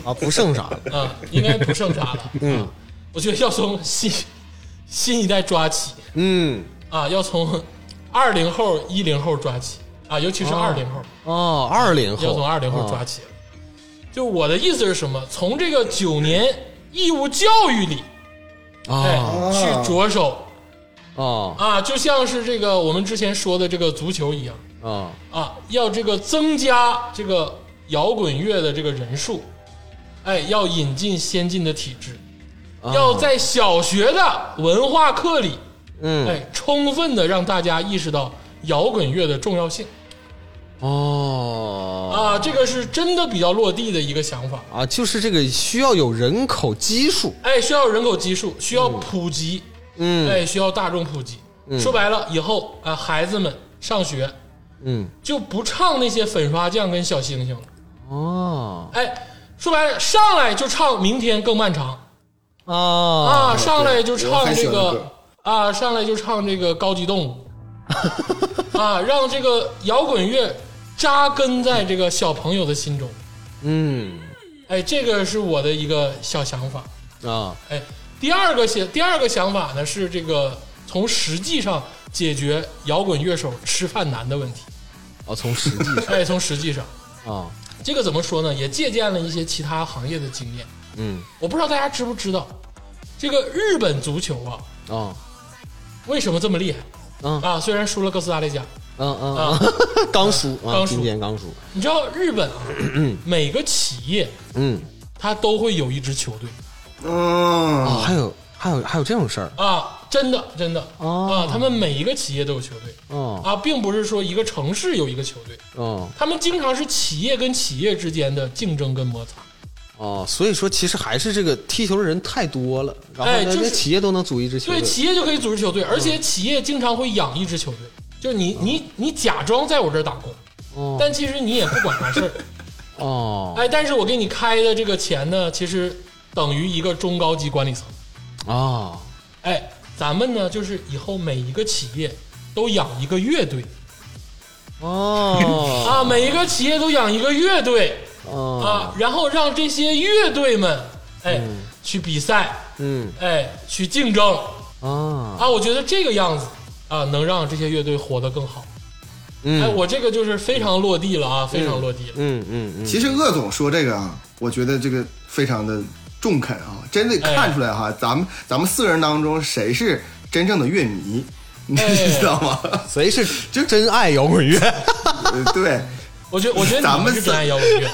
啊，不剩啥了。
啊，应该不剩啥了。嗯，我觉得要从新新一代抓起
嗯，
啊，要从二零后、一零后抓起啊，尤其是二零后，
哦，二零
要
后
从二零
哦
后抓
啊
起了。就我的意思是什么？从这个九年义务教育里，哎，
啊
去着手
啊
啊，就像是这个我们之前说的这个足球一样
啊！
啊，要这个增加这个摇滚乐的这个人数，哎，要引进先进的体制，要在小学的文化课里，
嗯
哎，充分的让大家意识到摇滚乐的重要性
哦
啊，这个是真的比较落地的一个想法。
啊，就是这个需要有人口基数。
哎，需要人口基数，需要普及，
嗯
哎，需要大众普及。说白了，以后啊、孩子们上学
嗯
就不唱那些粉刷匠跟小星星了。
哦
哎，说白了，上来就唱明天更漫长
啊
啊，上来就
我
唱
很喜
这
欢那
个
歌
啊，上来就唱这个高级动物啊，让这个摇滚乐扎根在这个小朋友的心中。
嗯
哎，这个是我的一个小想法。
啊
哎，第二个想第二个想法呢是这个从实际上解决摇滚乐手吃饭难的问题。
啊，从实际上
哎，从实际上，
啊，
这个怎么说呢？也借鉴了一些其他行业的经验。
嗯
我不知道大家知不知道，这个日本足球啊，
啊
为什么这么厉害？
嗯
啊，虽然输了哥斯达黎加，
嗯嗯
啊
啊，刚输啊，
刚输
今天刚输。
你知道日本 啊，每个企业
嗯
它都会有一支球队
嗯，
啊，还有还有还有这种事儿
啊，真的真的、
哦
啊，他们每一个企业都有球队
哦
啊，并不是说一个城市有一个球队，
哦
他们经常是企业跟企业之间的竞争跟摩擦。
哦，所以说其实还是这个踢球的人太多了，然后
哎
呢，
就是
这企业都能组一支球
对，
队。
企业就可以组织球队，
嗯
而且企业经常会养一支球队，就是你你
嗯
你假装在我这儿打工，
哦
但其实你也不管啥事儿。
哦
哎，但是我给你开的这个钱呢，其实等于一个中高级管理层。
啊
哎，咱们呢，就是以后每一个企业都养一个乐队
哦
啊，每一个企业都养一个乐队
哦
啊，然后让这些乐队们哎去比赛，
嗯
哎去竞争
啊
啊，我觉得这个样子啊，能让这些乐队活得更好。哎，
嗯
我这个就是非常落地了啊，非常落地了。
嗯嗯嗯
其实鄂总说这个啊，我觉得这个非常的中肯啊，真的看出来哈、咱们咱们四个人当中谁是真正的乐迷，你知道吗？
谁是真爱摇滚乐？
呃对，
我觉我觉得
咱
你
们
是
是
真爱摇滚 乐。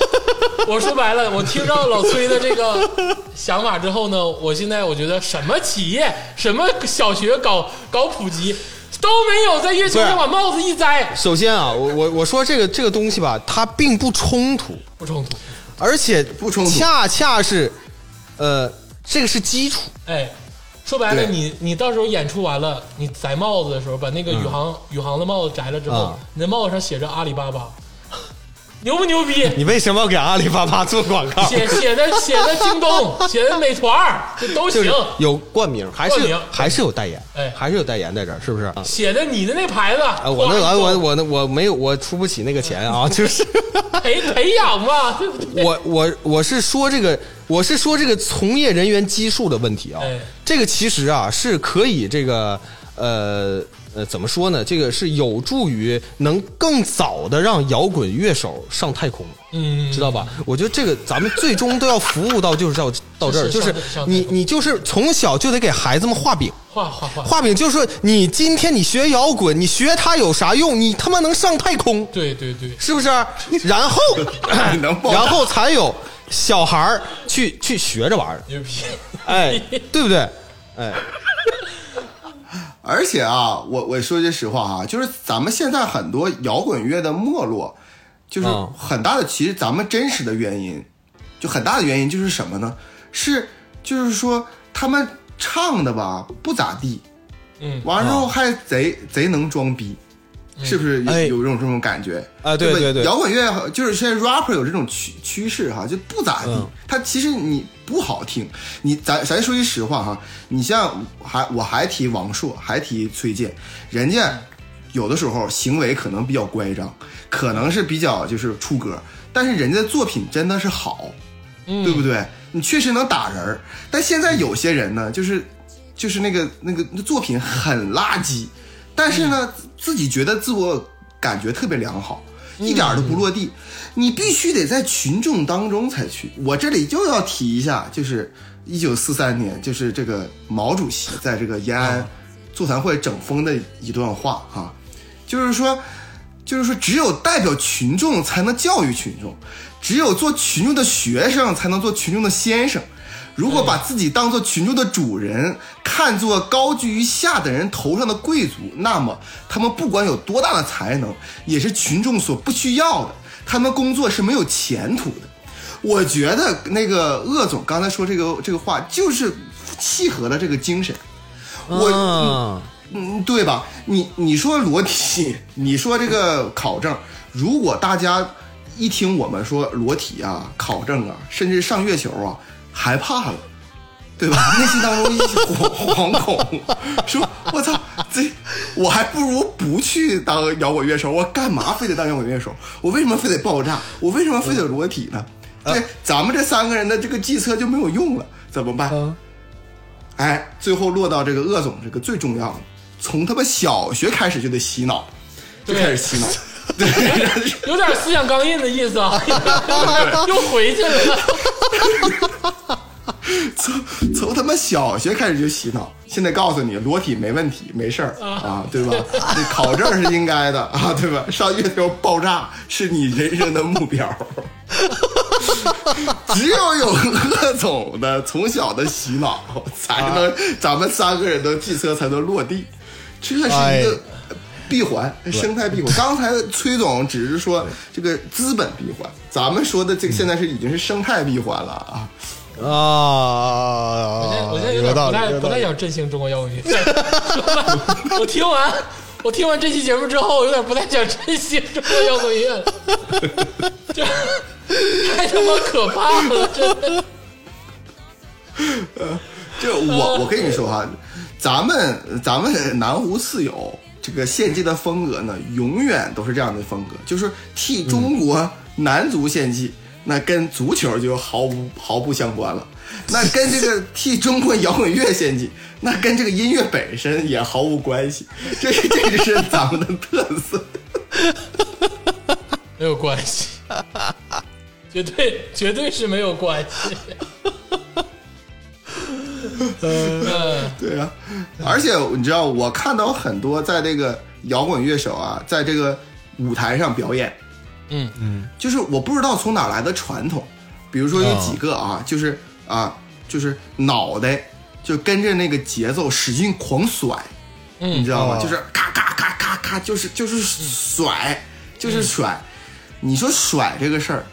我说白了，我听到老崔的这个想法之后呢，我现在我觉得什么企业、什么小学搞搞普及，都没有在月球上把帽子一摘
首先啊，我我我说这个这个东西吧，它并不冲突，
不冲突。
而且
不冲突
恰恰是，呃，这个是基础。
哎，说白了，
对
你你到时候演出完了，你摘帽子的时候，把那个宇航、宇航的帽子摘了之后，
嗯啊
你的帽子上写着阿里巴巴，牛不牛逼？
你为什么要给阿里巴巴做广告？
写写的写的京东，写的美团儿，这都
就
行。
是有冠名，还是
冠名
有还是有代言，
哎
还是有代言在这儿，是不是？啊，
写的你的那牌子，
哎我那
哗
个
一
我
搜
我那我没有，我出不起那个钱 啊，就是。
培培养嘛，对不对？
我我我是说这个，我是说这个从业人员基数的问题啊，
哎
这个其实啊是可以这个呃呃怎么说呢？这个是有助于能更早的让摇滚乐手上太空，
嗯
知道吧？我觉得这个咱们最终都要服务 到就是到到这儿，
是
就是
上上
你
太空
你就是从小就得给孩子们画饼。
画画画，
画饼就是你今天你学摇滚，你学它有啥用？你他妈能上太空，
对对对，
是 不是？然后
你能爆炸
然后才有小孩儿去去学这玩意 儿，
牛逼！
哎，对不对？哎，
而且啊，我我说句实话啊，就是咱们现在很多摇滚乐的没落，就是
嗯
很大的，其实咱们真实的原因，就很大的原因就是什么呢？是就是说他们唱的吧不咋地，
嗯
完了之后还贼贼能装逼，是不是有、
哎
有这种这种感觉？
啊对
吧
对对
摇滚乐就是现在 rapper 有这种趋趋势哈，就不咋地。
嗯
它其实你不好听，你咱咱说句实话哈，你像还我还提王朔，还提崔健，人家有的时候行为可能比较乖张，可能是比较就是出格，但是人家的作品真的是好，对不对？你确实能打人儿，但现在有些人呢，就是就是那个那个那作品很垃圾，但是呢，自己觉得自我感觉特别良好，一点儿都不落地。你必须得在群众当中才去。我这里又要提一下，就是一九四三年，就是这个毛主席在这个延安座谈会整风的一段话哈、就是说，就是说，只有代表群众才能教育群众，只有做群众的学生才能做群众的先生。如果把自己当做群众的主人，看作高居于下等人头上的贵族，那么他们不管有多大的才能，也是群众所不需要的。他们工作是没有前途的。我觉得那个鄂总刚才说这个这个话，就是契合了这个精神。我、
嗯
嗯，对吧？你你说裸体，你说这个考证，如果大家一听我们说裸体啊、考证啊，甚至上月球啊，害怕了。对吧？内心当中一些惶惶恐，说：“我操，这我还不如不去当摇滚乐手，我干嘛非得当摇滚乐手？我为什么非得爆炸？我为什么非得裸体呢？对，咱们这三个人的这个计策就没有用了，怎么办？
嗯
哎，最后落到这个鄂总这个最重要的，从他妈小学开始就得洗脑，就
对
开始洗脑，对，
有点思想钢印的意思 啊，又回去了。
从从他妈小学开始就洗脑。现在告诉你，裸体没问题，没事儿啊，对吧？你考证是应该的啊，对吧？上月球爆炸是你人生的目标。 只有有贺总的从小的洗脑，才能、咱们三个人的计策才能落地。这是一
哎
个闭环，生态闭环。刚才崔总只是说这个资本闭环，咱们说的这个现在是已经是生态闭环了啊。
啊，
嗯我现在我现在有
有
点
道
不
理，
太不
有道
太
理
想振兴中国摇滚乐。 我听完我听完这期节目之后，有点不太想振兴中国摇滚乐了， 这 太他妈可怕了，真的。
就我我跟你说哈，咱们咱们南湖四友这个现今的风格呢，永远都是这样的风格，就是替中国男足献技，那跟足球就毫无毫不相关了。那跟这个替中国摇滚乐献技，那跟这个音乐本身也毫无关系，这是这就是咱们的特色。
没有关系， 绝对绝对是没有关系。嗯，
对啊，而且你知道，我看到很多在这个摇滚乐手啊，在这个舞台上表演，
嗯
嗯，就是我不知道从哪来的传统，比如说有几个啊，就是啊，就是脑袋就跟着那个节奏使劲狂甩，
嗯
你知道吗？
哦
就是咔咔咔咔咔，就是就是甩，就是
嗯
甩。你说甩这个事儿，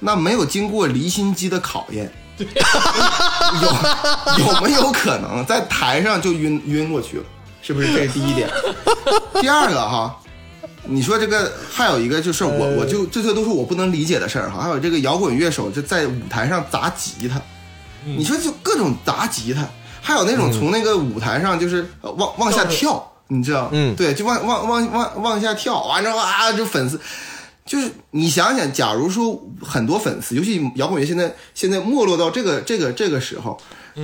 那没有经过离心机的考 验，有 有没有可能在台上就晕晕过去了？是不是？这是第一点。第二个哈，你说这个还有一个就是我我就这些都是我不能理解的事儿哈。还有这个摇滚乐手就在舞台上砸吉他，你说就各种砸吉他，还有那种从那个舞台上就是呃往往下跳，你知道？
嗯
对，就往往往往往下跳，完之后啊，就粉丝。就是你想想，假如说很多粉丝，尤其摇滚乐现在现在没落到这个这个这个时候，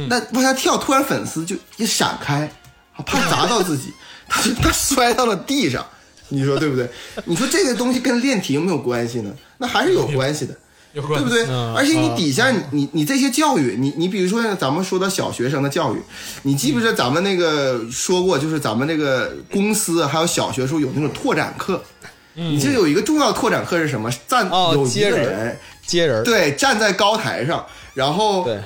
那往下跳，突然粉丝就一闪开，怕砸到自己， 他就他摔到了地上，你说对不对？你说这个东西跟练体有没有关系呢？那还是有关系的。
有关
对不
系。嗯
对？
嗯
而且你底下你你你这些教育，你你比如说咱们说到小学生的教育，你记不记得咱们那个说过，就是咱们那个公司还有小学时候有那种拓展课，你记得有一个重要的拓展课是什么？站
嗯哦
有一
接
个
人
人
接人儿，
对站在高台上，然后
对，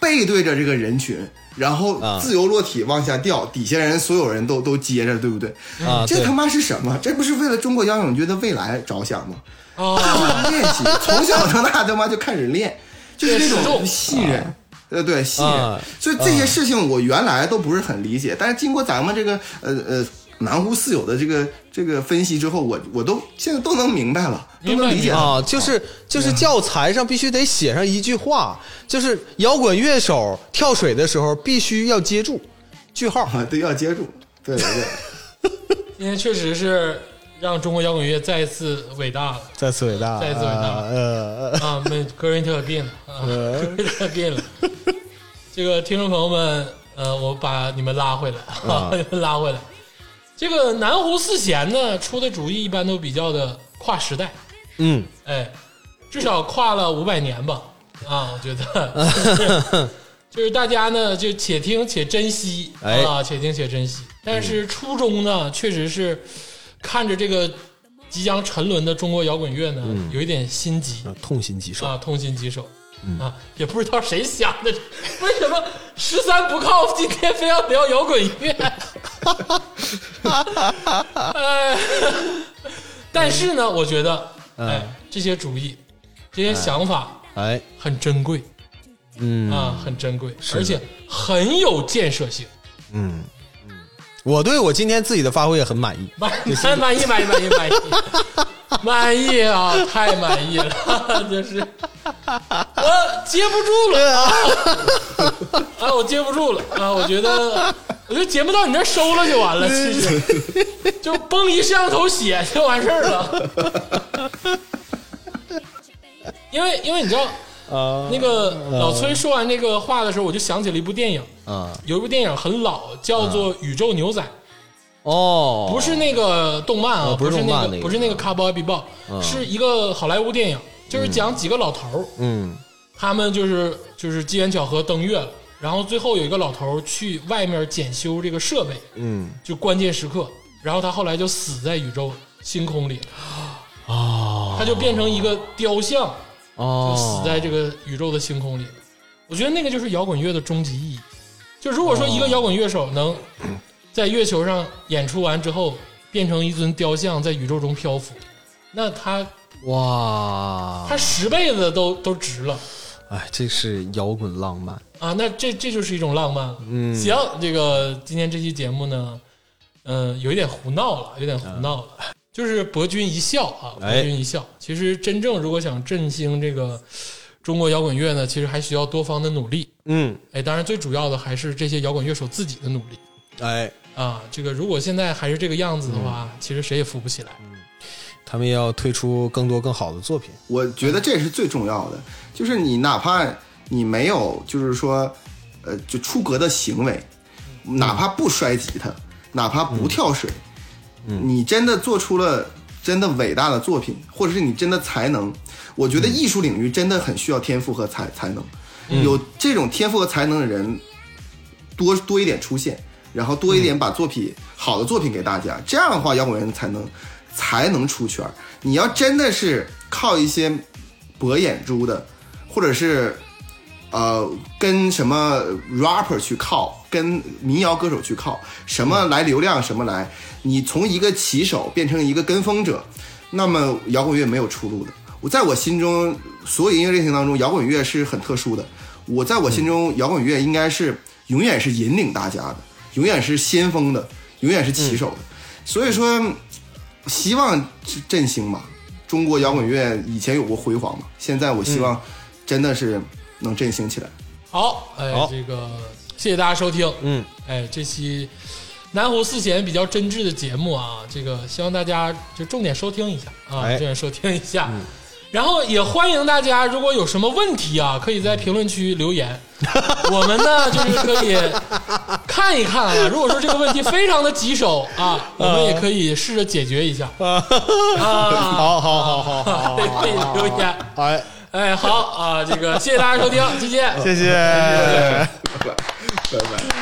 背对着这个人群，然后
啊
自由落体往下掉，底下人所有人都都接着，对不对？
啊
这
对
他妈是什么？这不是为了中国摇滚乐的未来着想吗？
啊，
练习，从小到大他妈就开始练，就是那
对始
种
终
信任。呃，对，信任，
啊
所以这些事情我原来都不是很理解，但是经过咱们这个呃呃南湖四友的这个这个分析之后，我我都现在都能明白了，都
明白
能理解了。
啊，就是就是教材上必须得写上一句话，就是摇滚乐手跳水的时候必须要接住，句号。
啊，对，要接住，对对对，
今天确实是让中国摇滚乐再次伟大了
再次伟大，
再次伟大
啊呃，
啊！我们格瑞特病了，啊， 格瑞特病了。这个听众朋友们，呃，我把你们拉回来，啊、 把你们拉回来。这个南湖四贤呢，出的主意一般都比较的跨时代，
嗯，
哎，至少跨了五百年吧。啊，我觉得就 是就是大家呢就且听且珍惜
哎嗯
啊，且听且珍惜。但是初衷呢，确实是看着这个即将沉沦的中国摇滚乐呢，
嗯
有一点心急
痛心疾首，
啊，痛心疾首。啊，也不知道谁想的，为什么十三不靠今天非要聊摇滚乐？ 哎，但是呢，我觉得，哎，这些主意，这些想法，
哎，
很珍贵
嗯，
啊，很珍贵，而且很有建设性。
我对我今天自己的发挥也很满意，
满 满意满意满意满意满意啊！太满意了， 就是我接不住了啊！ 啊，我接不住了啊！我觉得，我觉得节目到你这儿收了就完了，其实就崩一摄像头血就完事儿了。 因为因为你知道，
啊
那个老崔说完这个话的时候，我就想起了一部电影，
啊，
有一部电影很老，叫做《宇宙牛仔》。
哦，
不是那个动漫啊，
哦不是
是
动漫
那
那个
不是那个《Cowboy Bebop》，是一个好莱坞电影，就是讲几个老头儿，
嗯，
他们就是就是机缘巧合登月了，然后最后有一个老头儿去外面检修这个设备，
嗯，
就关键时刻，然后他后来就死在宇宙星空里，
哦，
他就变成一个雕像，就
哦，
死在这个宇宙的星空里。我觉得那个就是摇滚乐的终极意义。就如果说
哦
一个摇滚乐手能在月球上演出完之后，变成一尊雕像在宇宙中漂浮，那他
哇，
他十辈子都都值了
哎，这是摇滚浪漫，
啊！那这这就是一种浪漫。
嗯
行，这个今天这期节目呢，嗯、有一点胡闹了，有点胡闹了。就是博君一笑啊，博
哎
君一笑。其实真正如果想振兴这个中国摇滚乐呢，其实还需要多方的努力。
嗯，
哎，当然最主要的还是这些摇滚乐手自己的努力
哎，
啊。这个如果现在还是这个样子的话，其实谁也扶不起来。
他们要推出更多更好的作品，
我觉得这是最重要的，就是你哪怕你没有，就是说，呃，就出格的行为，哪怕不摔吉他，哪怕不跳水，你真的做出了真的伟大的作品，或者是你真的才能，我觉得艺术领域真的很需要天赋和才才能，有这种天赋和才能的人多多一点出现，然后多一点把作品、好的作品给大家，这样的话摇滚乐才能才能出圈儿。你要真的是靠一些博眼珠的，或者是呃跟什么 rapper 去靠，跟民谣歌手去靠，什么来流量什么来，你从一个骑手变成一个跟风者，那么摇滚乐没有出路的。我在我心中，所有音乐类型当中，摇滚乐是很特殊的。我在我心中，摇滚乐应该是永远是引领大家的，永远是先锋的，永远是骑手的。所以说，希望振兴吧。中国摇滚乐以前有过辉煌嘛，现在我希望真的是能振兴起来。
好，哎，
好
这个谢谢大家收听，
嗯，
哎，这期南湖四贤比较真挚的节目啊，这个希望大家就重点收听一下啊，
哎
重
嗯
点收听一下。然后也欢迎大家，如果有什么问题啊，可以在评论区留 言。我们呢，就是可以看一看啊。如果说这个问题非常的棘手啊，我们也可以试着解决一 下。啊，
好好好好好，
好，可以留言。
哎，
哎，好啊，这个谢谢大家收听，再见。
谢谢。
拜拜。